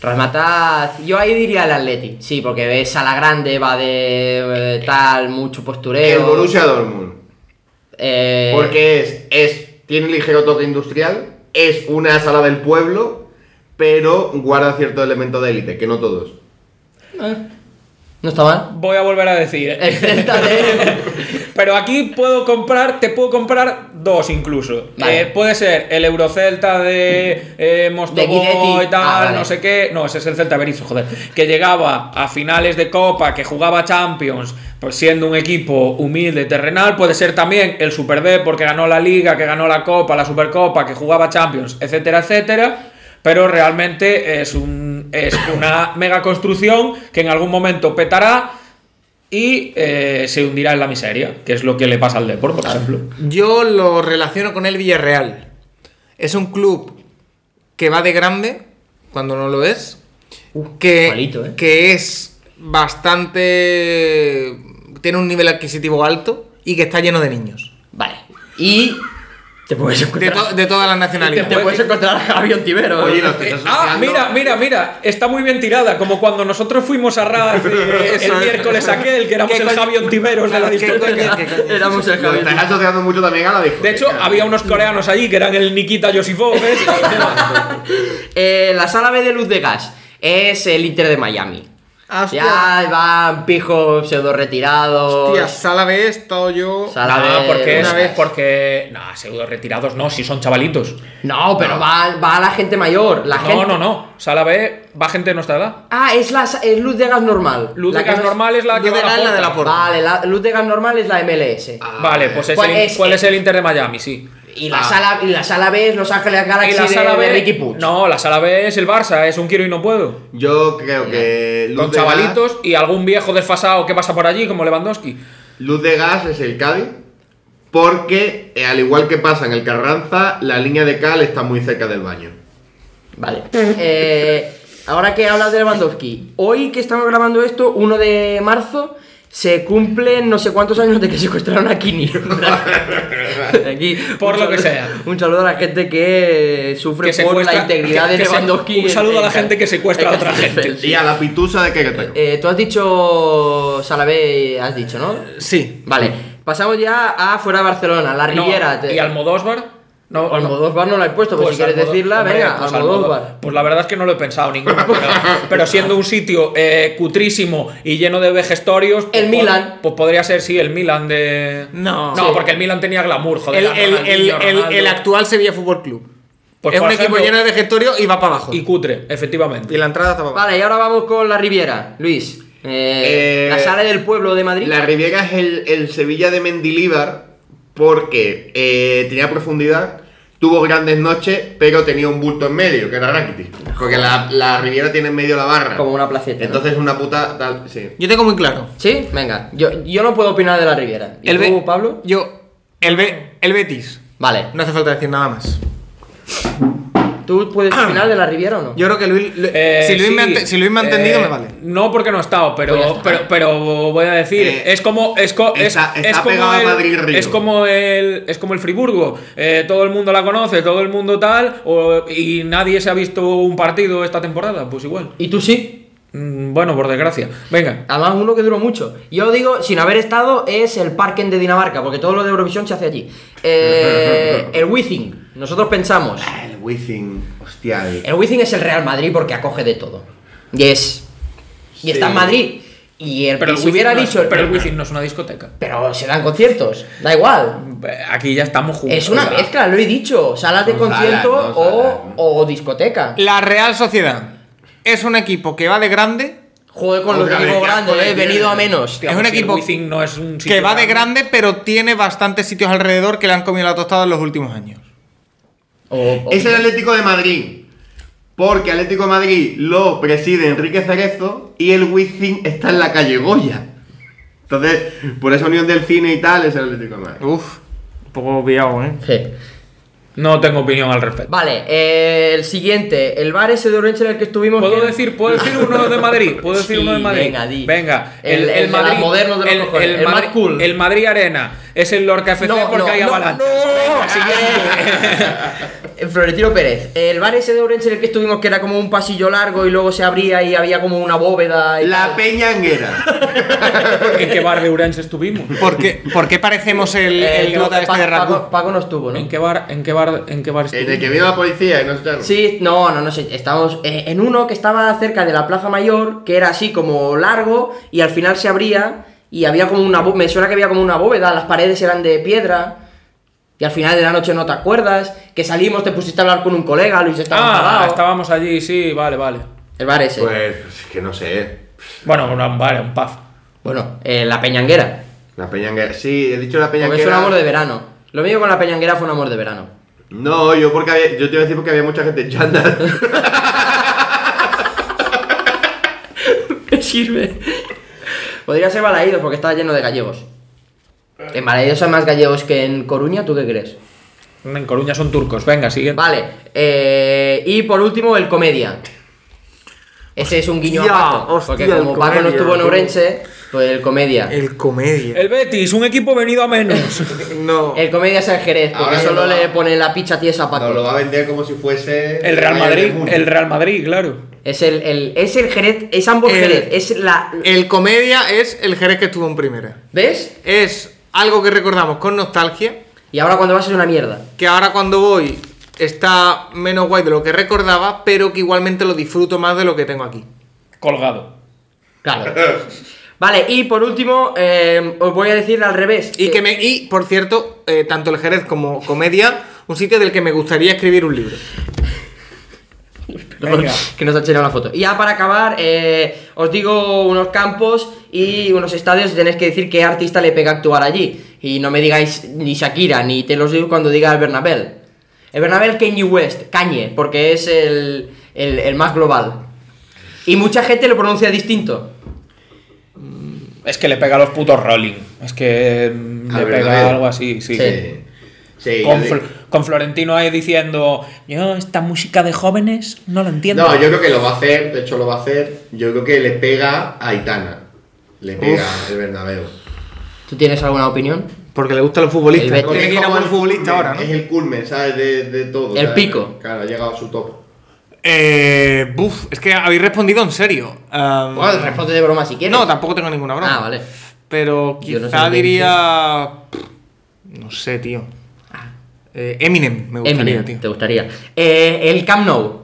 Speaker 2: Razmataz, yo ahí diría el Atleti, sí, porque ves a la grande, va de eh, tal, mucho postureo.
Speaker 4: el Borussia Dortmund.
Speaker 2: Eh,
Speaker 4: Porque es, es, tiene ligero toque industrial, es una sala del pueblo, pero guarda cierto elemento de élite, que no todos.
Speaker 2: No está mal.
Speaker 5: Voy a volver a decir. eh.
Speaker 6: Eh.
Speaker 2: El Celta de-
Speaker 5: Pero aquí puedo comprar, te puedo comprar dos incluso.
Speaker 2: Vale.
Speaker 5: Eh, puede ser el Eurocelta de eh, Mostobo
Speaker 2: De Guidetti.
Speaker 5: y tal,
Speaker 2: Ah, vale.
Speaker 5: no sé qué. No, ese es el Celta Berizzo, joder. Que llegaba a finales de Copa, que jugaba Champions, pues siendo un equipo humilde, terrenal. Puede ser también el Super D, porque ganó la Liga, que ganó la Copa, la Supercopa, que jugaba Champions, etcétera, etcétera. Pero realmente es, un, es una mega construcción que en algún momento petará y eh, se hundirá en la miseria, que es lo que le pasa al deporte, por ejemplo.
Speaker 6: Yo lo relaciono con el Villarreal. Es un club que va de grande cuando no lo es. que,
Speaker 2: malito, ¿eh?
Speaker 6: que es bastante. tiene un nivel adquisitivo alto y que está lleno de niños.
Speaker 2: Vale. Y. Te puedes
Speaker 6: De, to-
Speaker 2: encontrar.
Speaker 6: de todas las
Speaker 2: Te
Speaker 6: nacionalidades.
Speaker 2: puedes encontrar a Javi Ontivero.
Speaker 4: Oye, los que
Speaker 5: Eh,
Speaker 4: estás
Speaker 5: ah,
Speaker 4: asociando-
Speaker 5: mira, mira, mira, está muy bien tirada, como cuando nosotros fuimos a Raz eh, el
Speaker 6: Eso es.
Speaker 5: miércoles aquel, que éramos
Speaker 6: ¿Qué
Speaker 5: el
Speaker 6: coño?
Speaker 5: Javi Ontiveros de la
Speaker 6: Claro, ¿qué
Speaker 5: discoteca.
Speaker 6: coño? te-
Speaker 2: Éramos el
Speaker 4: Lo
Speaker 2: Javi
Speaker 4: estás asociando mucho también a la discoteca.
Speaker 5: De hecho, había unos coreanos allí que eran el Nikita Yosifov, ¿ves?
Speaker 2: Eh, la sala B de luz de gas es el Inter de Miami.
Speaker 6: Ah, hostia.
Speaker 2: Ya van pijos pseudo retirados.
Speaker 6: Hostia, sala B he estado yo.
Speaker 2: Sala
Speaker 5: no,
Speaker 2: B,
Speaker 5: porque es,
Speaker 2: una vez.
Speaker 5: porque... No, seguro retirados no, si son chavalitos.
Speaker 2: No, pero Va, va la gente mayor. La gente...
Speaker 5: No, no, no. Sala B va gente de nuestra edad.
Speaker 2: Ah, es la sa- es luz de gas normal.
Speaker 5: Luz
Speaker 2: La
Speaker 5: de
Speaker 2: que
Speaker 5: gas
Speaker 2: no es-
Speaker 5: normal es la que
Speaker 6: Luz de
Speaker 5: va
Speaker 6: gas,
Speaker 5: a
Speaker 6: la de
Speaker 5: puerta.
Speaker 6: la puerta.
Speaker 2: Vale, la luz de gas normal es la MLS.
Speaker 5: Vale, pues es
Speaker 2: Pues
Speaker 5: el-
Speaker 2: es-
Speaker 5: ¿cuál es el Inter de Miami? Sí.
Speaker 2: Y la, sala, y la sala B es Los Ángeles Galaxy
Speaker 5: Y la
Speaker 2: de-
Speaker 5: sala
Speaker 2: de
Speaker 5: B.
Speaker 2: Ricky Puig.
Speaker 5: No, la sala B es el Barça, es un quiero y no puedo.
Speaker 4: Yo creo que. Luz
Speaker 5: Con
Speaker 4: de Gas-
Speaker 5: chavalitos y algún viejo desfasado que pasa por allí, como Lewandowski.
Speaker 4: Luz de gas es el Cádiz. Porque, eh, al igual que pasa en el Carranza, la línea de cal está muy cerca del baño.
Speaker 2: Vale. Eh, ahora que hablas de Lewandowski, hoy que estamos grabando esto, 1 de marzo, se cumplen no sé cuántos años de que secuestraron a Kini. Aquí,
Speaker 5: Por
Speaker 2: un
Speaker 5: lo que
Speaker 2: saludo-
Speaker 5: sea.
Speaker 2: Un saludo a la gente que sufre
Speaker 5: Que se
Speaker 2: por la
Speaker 5: cuestra-
Speaker 2: integridad
Speaker 5: que-
Speaker 2: de
Speaker 5: que se-
Speaker 2: Lewandowski.
Speaker 5: un
Speaker 2: en-
Speaker 5: saludo a la
Speaker 2: en-
Speaker 5: gente que secuestra a
Speaker 2: en
Speaker 5: otra
Speaker 2: Castelfels.
Speaker 5: gente.
Speaker 4: Y a la pitusa de Querétaro.
Speaker 2: Eh, tú has dicho Salabé, has
Speaker 5: Eh,
Speaker 2: dicho, ¿no?
Speaker 6: Sí.
Speaker 2: Vale, pasamos ya a fuera de Barcelona, la
Speaker 5: No,
Speaker 2: Riviera. te-
Speaker 5: Y Almodósvar. No,
Speaker 2: O Almodóvar no la he puesto, pero
Speaker 5: Pues
Speaker 2: si quieres
Speaker 5: Almodó-
Speaker 2: decirla,
Speaker 5: hombre,
Speaker 2: venga,
Speaker 5: pues
Speaker 2: Almodóvar.
Speaker 5: Almodóvar. Pues la verdad es que no lo he pensado ninguno. Pero, pero siendo un sitio eh, cutrísimo y lleno de vejestorios. pues,
Speaker 2: El Milan.
Speaker 5: Pues podría ser, sí, el Milan de.
Speaker 6: No.
Speaker 5: no
Speaker 6: Sí.
Speaker 5: porque el Milan tenía glamour, joder.
Speaker 6: El,
Speaker 5: a
Speaker 6: el- el-
Speaker 5: Ronaldinho,
Speaker 6: el-
Speaker 5: Ronaldo.
Speaker 6: el actual Sevilla Fútbol Club.
Speaker 5: Pues,
Speaker 6: es
Speaker 5: por
Speaker 6: un
Speaker 5: ejemplo,
Speaker 6: equipo lleno de vegetorio y va para abajo.
Speaker 5: Y cutre, efectivamente.
Speaker 6: Y la entrada está para abajo.
Speaker 2: Vale, y ahora vamos con la Riviera, Luis. Eh,
Speaker 4: Eh,
Speaker 2: la sala del pueblo de Madrid.
Speaker 4: La Riviera es el, el Sevilla de Mendilíbar porque eh, tenía profundidad, tuvo grandes noches, pero tenía un bulto en medio, que era Rakitic. Porque la, la Riviera tiene en medio la barra.
Speaker 2: Como una placeta, ¿no?
Speaker 4: Entonces es una puta tal, sí.
Speaker 6: Yo tengo muy claro.
Speaker 2: Sí, venga. Yo, yo no puedo opinar de la Riviera. ¿Y
Speaker 6: El
Speaker 2: tú,
Speaker 6: Be-
Speaker 2: Pablo?
Speaker 6: Yo. El, Be- el Betis.
Speaker 2: Vale.
Speaker 6: No hace falta decir nada más.
Speaker 2: ¿Tú puedes
Speaker 5: Ah.
Speaker 2: opinar de la Riviera o no?
Speaker 6: Yo creo que Luis. Lu-
Speaker 5: Eh,
Speaker 6: si, Luis me
Speaker 5: sí,
Speaker 6: ha, ente- si Luis me ha entendido,
Speaker 5: eh,
Speaker 6: me vale.
Speaker 5: No, porque no ha estado, pero,
Speaker 2: Pues ya está.
Speaker 5: pero, pero voy a decir,
Speaker 4: Eh,
Speaker 5: es como. Es, co- es-
Speaker 4: está- está
Speaker 5: es como
Speaker 4: pegado a
Speaker 5: el,
Speaker 4: Madrid-Río.
Speaker 5: es como el. Es como el Friburgo. eh, todo el mundo la conoce, todo el mundo tal, o- y nadie se ha visto un partido esta temporada, pues igual.
Speaker 2: ¿Y tú sí?
Speaker 5: Mm, Bueno, por desgracia. Venga.
Speaker 2: Además, uno que duró mucho. Yo digo, sin haber estado, es el Parken de Dinamarca, porque todo lo de Eurovisión se hace allí. Eh, el Wizzing. Nosotros pensamos.
Speaker 4: Ah, El Wizzing, hostia. el-
Speaker 2: El Wizzing es el Real Madrid porque acoge de todo. Y es. Y
Speaker 4: Sí.
Speaker 2: está en Madrid. Y el
Speaker 5: Pero
Speaker 2: que
Speaker 5: el
Speaker 2: se hubiera
Speaker 5: Wizzing no es-
Speaker 2: dicho.
Speaker 5: pero el Wizzing no es una discoteca.
Speaker 2: Pero se dan conciertos. Da igual.
Speaker 5: Eh, Aquí ya estamos jugando.
Speaker 2: Es una
Speaker 5: o sea,
Speaker 2: mezcla, lo he dicho. Salas de
Speaker 4: Son
Speaker 2: concierto
Speaker 4: salas, ¿no?
Speaker 2: o,
Speaker 4: Salas, ¿no?
Speaker 2: o discoteca.
Speaker 6: La Real Sociedad es un equipo que va de grande,
Speaker 2: Joder con lo que
Speaker 4: Otra
Speaker 2: digo
Speaker 4: vez, qué asco
Speaker 2: grande,
Speaker 4: le
Speaker 2: eh, he venido
Speaker 4: tiene.
Speaker 2: a menos.
Speaker 5: hostia,
Speaker 6: es un
Speaker 5: pues si el
Speaker 6: equipo
Speaker 5: Wizzing no es un
Speaker 6: que
Speaker 5: sitio
Speaker 6: va de grande, pero tiene bastantes sitios alrededor que le han comido la tostada en los últimos años.
Speaker 2: O- o-
Speaker 4: Es el Atlético de Madrid. Porque Atlético de Madrid lo preside Enrique Cerezo y el Wizzing está en la calle Goya. Entonces, por esa unión del cine y tal, es el Atlético de Madrid.
Speaker 6: Uf, un poco pillado, ¿eh?
Speaker 2: Sí.
Speaker 5: No tengo opinión al respecto.
Speaker 2: Vale, eh, el siguiente, el bar ese de Orense en el que estuvimos.
Speaker 5: ¿Puedo
Speaker 2: que-
Speaker 5: decir, ¿Puedo decir uno de Madrid? ¿Puedo decir
Speaker 2: Sí,
Speaker 5: uno de Madrid?
Speaker 2: venga, di. El-
Speaker 5: el,
Speaker 2: el
Speaker 5: el
Speaker 2: de las
Speaker 5: Madrid.
Speaker 2: modernos de los
Speaker 5: el,
Speaker 2: cojones,
Speaker 5: el
Speaker 2: el más
Speaker 5: Madrid-
Speaker 2: cool.
Speaker 5: el Madrid Arena. Es el Lorca FC
Speaker 2: No,
Speaker 5: porque
Speaker 2: no,
Speaker 5: hay
Speaker 2: no,
Speaker 5: avalanchas.
Speaker 2: no.
Speaker 5: Venga, siguiente.
Speaker 2: Eh, Florentino Pérez, el bar ese de Orense en el que estuvimos, que era como un pasillo largo y luego se abría y había como una bóveda. y
Speaker 4: La
Speaker 2: tal.
Speaker 4: Peñanguera.
Speaker 5: ¿En qué bar de Urense estuvimos?
Speaker 6: ¿Por qué, por qué parecemos el,
Speaker 2: Eh,
Speaker 6: el
Speaker 2: creo
Speaker 6: nota
Speaker 2: que
Speaker 6: este de
Speaker 2: Pa- Paco,
Speaker 6: Raku?
Speaker 2: Paco no estuvo, ¿no?
Speaker 5: ¿En qué bar, en qué bar, en qué bar
Speaker 2: Eh,
Speaker 4: en el
Speaker 5: estuvimos?
Speaker 4: Eh, que vino la policía y no echaron.
Speaker 2: Sí, no, no, no sé. Estábamos eh, en uno que estaba cerca de la Plaza Mayor, que era así como largo y al final se abría y había como una. bó- Me suena que había como una bóveda, las paredes eran de piedra. Y al final de la noche no te acuerdas, que salimos, te pusiste a hablar con un colega, Luis estaba
Speaker 5: Ah,
Speaker 2: enfadado.
Speaker 5: estábamos allí, sí, vale, vale.
Speaker 2: El bar ese.
Speaker 4: Pues, es que no sé.
Speaker 5: Bueno, no, vale, un paf.
Speaker 2: Bueno, eh, la peñanguera.
Speaker 4: La Peñanguera. Sí, he dicho la
Speaker 2: Porque es un
Speaker 4: Peñanguera.
Speaker 2: amor de verano. Lo mío con la peñanguera fue un amor de verano.
Speaker 4: No, yo porque había- yo te iba a decir porque había mucha gente en chándal.
Speaker 2: Me sirve. Podría ser Balaídos porque estaba lleno de gallegos. En Balaídos hay más gallegos que en Coruña, ¿tú qué crees?
Speaker 5: En Coruña son turcos, venga, siguiente.
Speaker 2: Vale, eh, y por último el comedia. Ese es un guiño
Speaker 6: Hostia,
Speaker 2: a Paco, porque
Speaker 6: hostia, el
Speaker 2: como Paco no
Speaker 6: Comedia,
Speaker 2: estuvo en
Speaker 6: tú. Eh,
Speaker 2: Ourense, pues el comedia. El,
Speaker 6: El comedia.
Speaker 5: El Betis, un equipo venido a menos.
Speaker 6: No.
Speaker 2: comedia es el Jerez, porque
Speaker 4: Ahora
Speaker 2: solo
Speaker 4: no
Speaker 2: le
Speaker 4: va.
Speaker 2: pone la picha tiesa a Paco.
Speaker 4: No, lo va a vender como si fuese.
Speaker 5: El Real
Speaker 4: Bayern de
Speaker 5: Madrid,
Speaker 4: Múnich.
Speaker 5: el Real Madrid, claro.
Speaker 2: es, el, el- es el Jerez, es ambos
Speaker 6: El-
Speaker 2: Jerez, es la...
Speaker 6: El comedia es el Jerez que estuvo en primera.
Speaker 2: ¿Ves?
Speaker 6: Es algo que recordamos con nostalgia,
Speaker 2: Y ahora cuando vas es una mierda.
Speaker 6: que ahora cuando voy está menos guay de lo que recordaba, pero que igualmente lo disfruto más de lo que tengo aquí.
Speaker 5: Colgado.
Speaker 2: Claro. Vale, y por último, eh, os voy a decir al revés.
Speaker 6: Y, que me, y por cierto, eh, tanto el Jerez como comedia, un sitio del que me gustaría escribir un libro.
Speaker 5: Venga.
Speaker 2: que nos ha tirado una foto. Y ya para acabar, eh, os digo unos campos y unos estadios y tenéis que decir qué artista le pega actuar allí. Y no me digáis ni Shakira, ni te los digo cuando diga el Bernabéu. El Bernabéu Kanye West, Kanye, porque es el, el- el más global. Y mucha gente lo pronuncia distinto.
Speaker 5: Es que le pega a los putos Rolling. Es que mm,
Speaker 4: A
Speaker 5: le
Speaker 4: ver, a
Speaker 5: pega
Speaker 4: ver.
Speaker 5: algo así, sí.
Speaker 4: Sí. Sí,
Speaker 5: Con,
Speaker 4: yo
Speaker 5: Fl-
Speaker 4: di-
Speaker 5: con Florentino ahí diciendo, yo esta música de jóvenes no la entiendo.
Speaker 4: No, yo creo que lo va a hacer, de hecho lo va a hacer. Yo creo que le pega a Aitana. Le pega el Bernabéu.
Speaker 2: ¿Tú tienes alguna opinión?
Speaker 6: Porque le gustan los
Speaker 2: El
Speaker 6: futbolistas.
Speaker 2: Betis.
Speaker 6: Tiene que ir a
Speaker 4: como
Speaker 6: buen
Speaker 4: el
Speaker 6: futbolista
Speaker 4: culmen,
Speaker 6: ahora, ¿no?
Speaker 4: Es el culmen, ¿sabes? De, de todo.
Speaker 2: El
Speaker 4: ¿sabes?
Speaker 2: pico.
Speaker 4: Claro, ha llegado a su top.
Speaker 6: Eh, buf, es que habéis respondido en serio. Um,
Speaker 2: Bueno, responde de broma si quieres.
Speaker 6: no, tampoco tengo ninguna broma.
Speaker 2: Ah, vale.
Speaker 6: Pero
Speaker 2: Yo no
Speaker 6: quizá
Speaker 2: sé qué
Speaker 6: diría. No sé, tío. Eh, Eminem, me
Speaker 2: Ah.
Speaker 6: gustaría,
Speaker 2: Eminem,
Speaker 6: tío.
Speaker 2: te gustaría. Eh, el Camp Nou.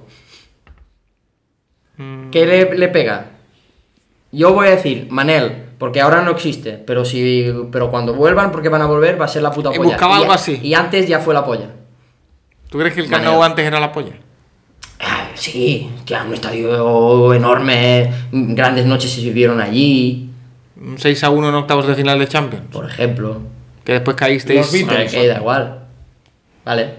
Speaker 2: ¿Qué le, le pega? Yo voy a decir Manel, porque ahora no existe, pero si pero cuando vuelvan, porque van a volver, va a ser la puta
Speaker 6: Eh,
Speaker 2: polla.
Speaker 6: buscaba
Speaker 2: Y-
Speaker 6: algo así.
Speaker 2: Y antes ya fue la polla.
Speaker 6: ¿Tú crees que el
Speaker 2: Manel.
Speaker 6: Canao antes era la polla?
Speaker 2: Ah, Sí, que era un estadio enorme, grandes noches se vivieron allí,
Speaker 6: Un 6 a 1 en octavos de final de Champions.
Speaker 2: por ejemplo.
Speaker 6: Que después caísteis.
Speaker 7: Los Beatles.
Speaker 2: Vale, que da igual. Vale.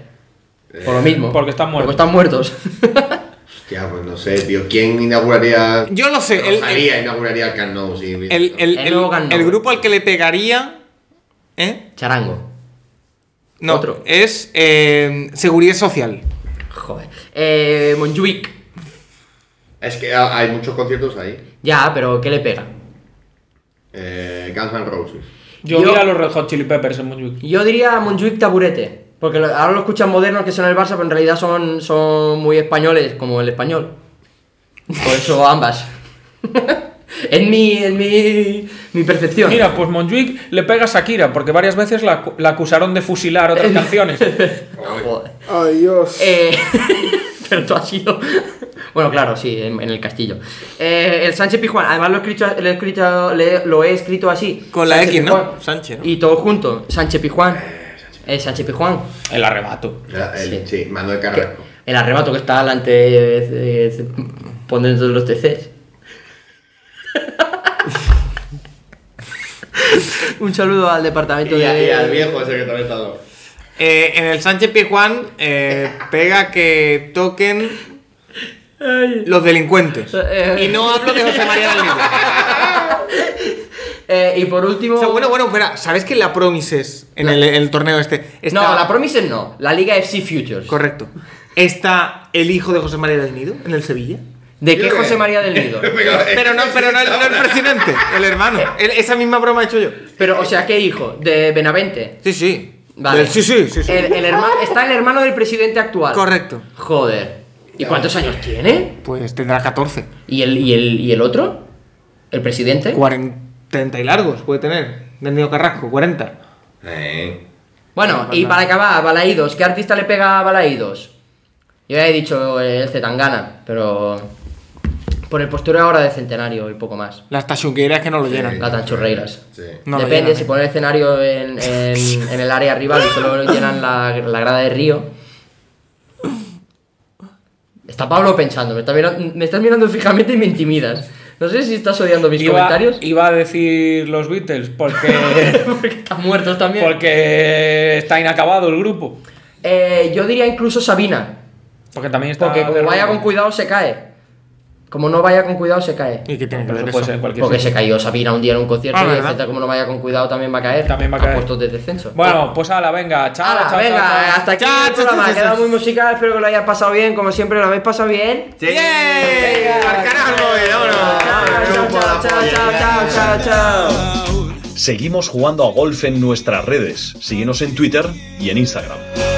Speaker 2: Por lo mismo.
Speaker 7: porque están muertos.
Speaker 2: Porque están muertos.
Speaker 4: Ya, pues no sé, tío. ¿Quién inauguraría.
Speaker 6: Yo lo sé. El, el,
Speaker 4: Rosalía inauguraría el Camp Nou, sí. mira.
Speaker 6: el- el-
Speaker 2: El nuevo Camp Nou.
Speaker 6: el grupo al que le pegaría. ¿Eh?
Speaker 2: Charango.
Speaker 6: No.
Speaker 2: Otro.
Speaker 6: Es eh, Seguridad Social.
Speaker 2: Joder. Eh, Montjuic.
Speaker 4: Es que ha- hay muchos conciertos ahí.
Speaker 2: Ya, pero ¿qué le pega?
Speaker 4: Eh, Guns N' Roses.
Speaker 7: Yo,
Speaker 2: Yo-
Speaker 7: vi a los Red Hot Chili Peppers en Montjuic.
Speaker 2: Yo diría Montjuic Taburete. Porque lo- ahora lo escuchan modernos que son el Barça, pero en realidad son, son muy españoles, como el español. Por eso ambas. en mi, en mi, mi percepción.
Speaker 7: Mira, pues Montjuic le pega a Shakira porque varias veces la, acu- la acusaron de fusilar otras canciones.
Speaker 2: Joder.
Speaker 8: Ay, Dios.
Speaker 2: Eh, pero tú has sido. Bueno, claro, sí, en, en el castillo. Eh, el Sánchez Pijuán, además lo he escrito, lo he escrito, le- lo he escrito así.
Speaker 6: Con la X, ¿no?
Speaker 2: Pijuán.
Speaker 6: Sánchez, ¿no?
Speaker 2: Y todo junto, Sánchez Pijuán. Eh, Sánchez Pijuán.
Speaker 7: El arrebato.
Speaker 4: Ya, el-
Speaker 2: Sí.
Speaker 4: sí. Manuel Carrasco.
Speaker 2: El arrebato que está delante de, poner todos los TCs. Un saludo al departamento
Speaker 4: Y, a-
Speaker 2: de.
Speaker 4: y al viejo ese que también está loco.
Speaker 6: Eh, en el Sánchez Pizjuán eh, pega que toquen los delincuentes.
Speaker 2: Eh,
Speaker 6: Y no hablo de José María del Nido.
Speaker 2: eh, y por último.
Speaker 6: O sea, bueno, bueno, espera, ¿sabes que la Promises en el, el torneo este?
Speaker 2: no,
Speaker 6: está-
Speaker 2: la Promises no. La Liga FC Futures.
Speaker 6: Correcto. ¿Está el hijo de José María del Nido en el Sevilla?
Speaker 2: ¿De qué
Speaker 4: Yo
Speaker 2: José
Speaker 4: que-
Speaker 2: María del Nido?
Speaker 6: Pero no, pero no, no el presidente, el hermano. El- esa misma broma he hecho yo.
Speaker 2: Pero, o sea, ¿qué hijo? ¿De Benavente?
Speaker 6: Sí, sí.
Speaker 2: Vale.
Speaker 6: Del- Sí, sí, sí. sí.
Speaker 2: El, el herma- está el hermano del presidente actual.
Speaker 6: Correcto.
Speaker 2: Joder. ¿Y cuántos años tiene?
Speaker 6: Pues tendrá 14.
Speaker 2: ¿Y el, y el, y el otro? ¿El presidente?
Speaker 6: 40 30 y largos puede tener. Del Nido Carrasco, 40.
Speaker 4: Eh.
Speaker 2: Bueno, y para acabar, Balaídos. ¿Qué artista le pega a Balaídos? Yo ya he dicho eh, el Zetangana, pero... Por el postura ahora de Centenario y poco más.
Speaker 6: Las tachungueras que no lo llenan.
Speaker 2: Las tan churreiras.
Speaker 4: eh, Sí.
Speaker 6: No lo
Speaker 2: Depende,
Speaker 6: llenan,
Speaker 2: si
Speaker 6: ¿eh?
Speaker 2: ponen escenario en, en- en el área rival y solo llenan la, la grada de Río. Está Pablo pensando, me, está mirando- me estás mirando fijamente y me intimidas. No sé si estás odiando mis
Speaker 7: Iba,
Speaker 2: comentarios.
Speaker 7: iba a decir los Beatles porque,
Speaker 2: Porque están muertos también.
Speaker 7: porque está inacabado el grupo.
Speaker 2: Eh, yo diría incluso Sabina.
Speaker 7: Porque también está.
Speaker 5: Ah,
Speaker 2: Porque como
Speaker 7: de
Speaker 2: vaya con
Speaker 7: Roma.
Speaker 2: cuidado se cae. Como no vaya con cuidado se cae.
Speaker 6: ¿Y qué tiene que
Speaker 7: Pero puede
Speaker 6: ver Pues eso?
Speaker 7: ser cualquier
Speaker 2: Porque
Speaker 7: sitio.
Speaker 2: se cayó Sabina un día en un concierto
Speaker 6: Ah,
Speaker 2: y
Speaker 6: ¿verdad?
Speaker 2: etcétera, como no vaya con cuidado también va a caer.
Speaker 7: También va a caer.
Speaker 2: puestos de descenso.
Speaker 7: Bueno, pues a la venga, chao,
Speaker 2: Ala,
Speaker 7: chao, chao,
Speaker 2: venga,
Speaker 7: chao.
Speaker 2: hasta aquí el
Speaker 6: Chao, chao,
Speaker 2: programa.
Speaker 6: chao,
Speaker 2: Ha
Speaker 6: chao,
Speaker 2: quedado
Speaker 6: chao.
Speaker 2: muy musical, espero que lo hayas pasado bien. Como siempre, lo habéis pasado bien.
Speaker 6: ¡Yay! ¡Al carajo, eh!
Speaker 2: Chao,
Speaker 6: ¡Vámonos!
Speaker 2: chao, chao, chao, chao, chao, chao, chao.
Speaker 1: Seguimos jugando a golf en nuestras redes. Síguenos en Twitter y en Instagram.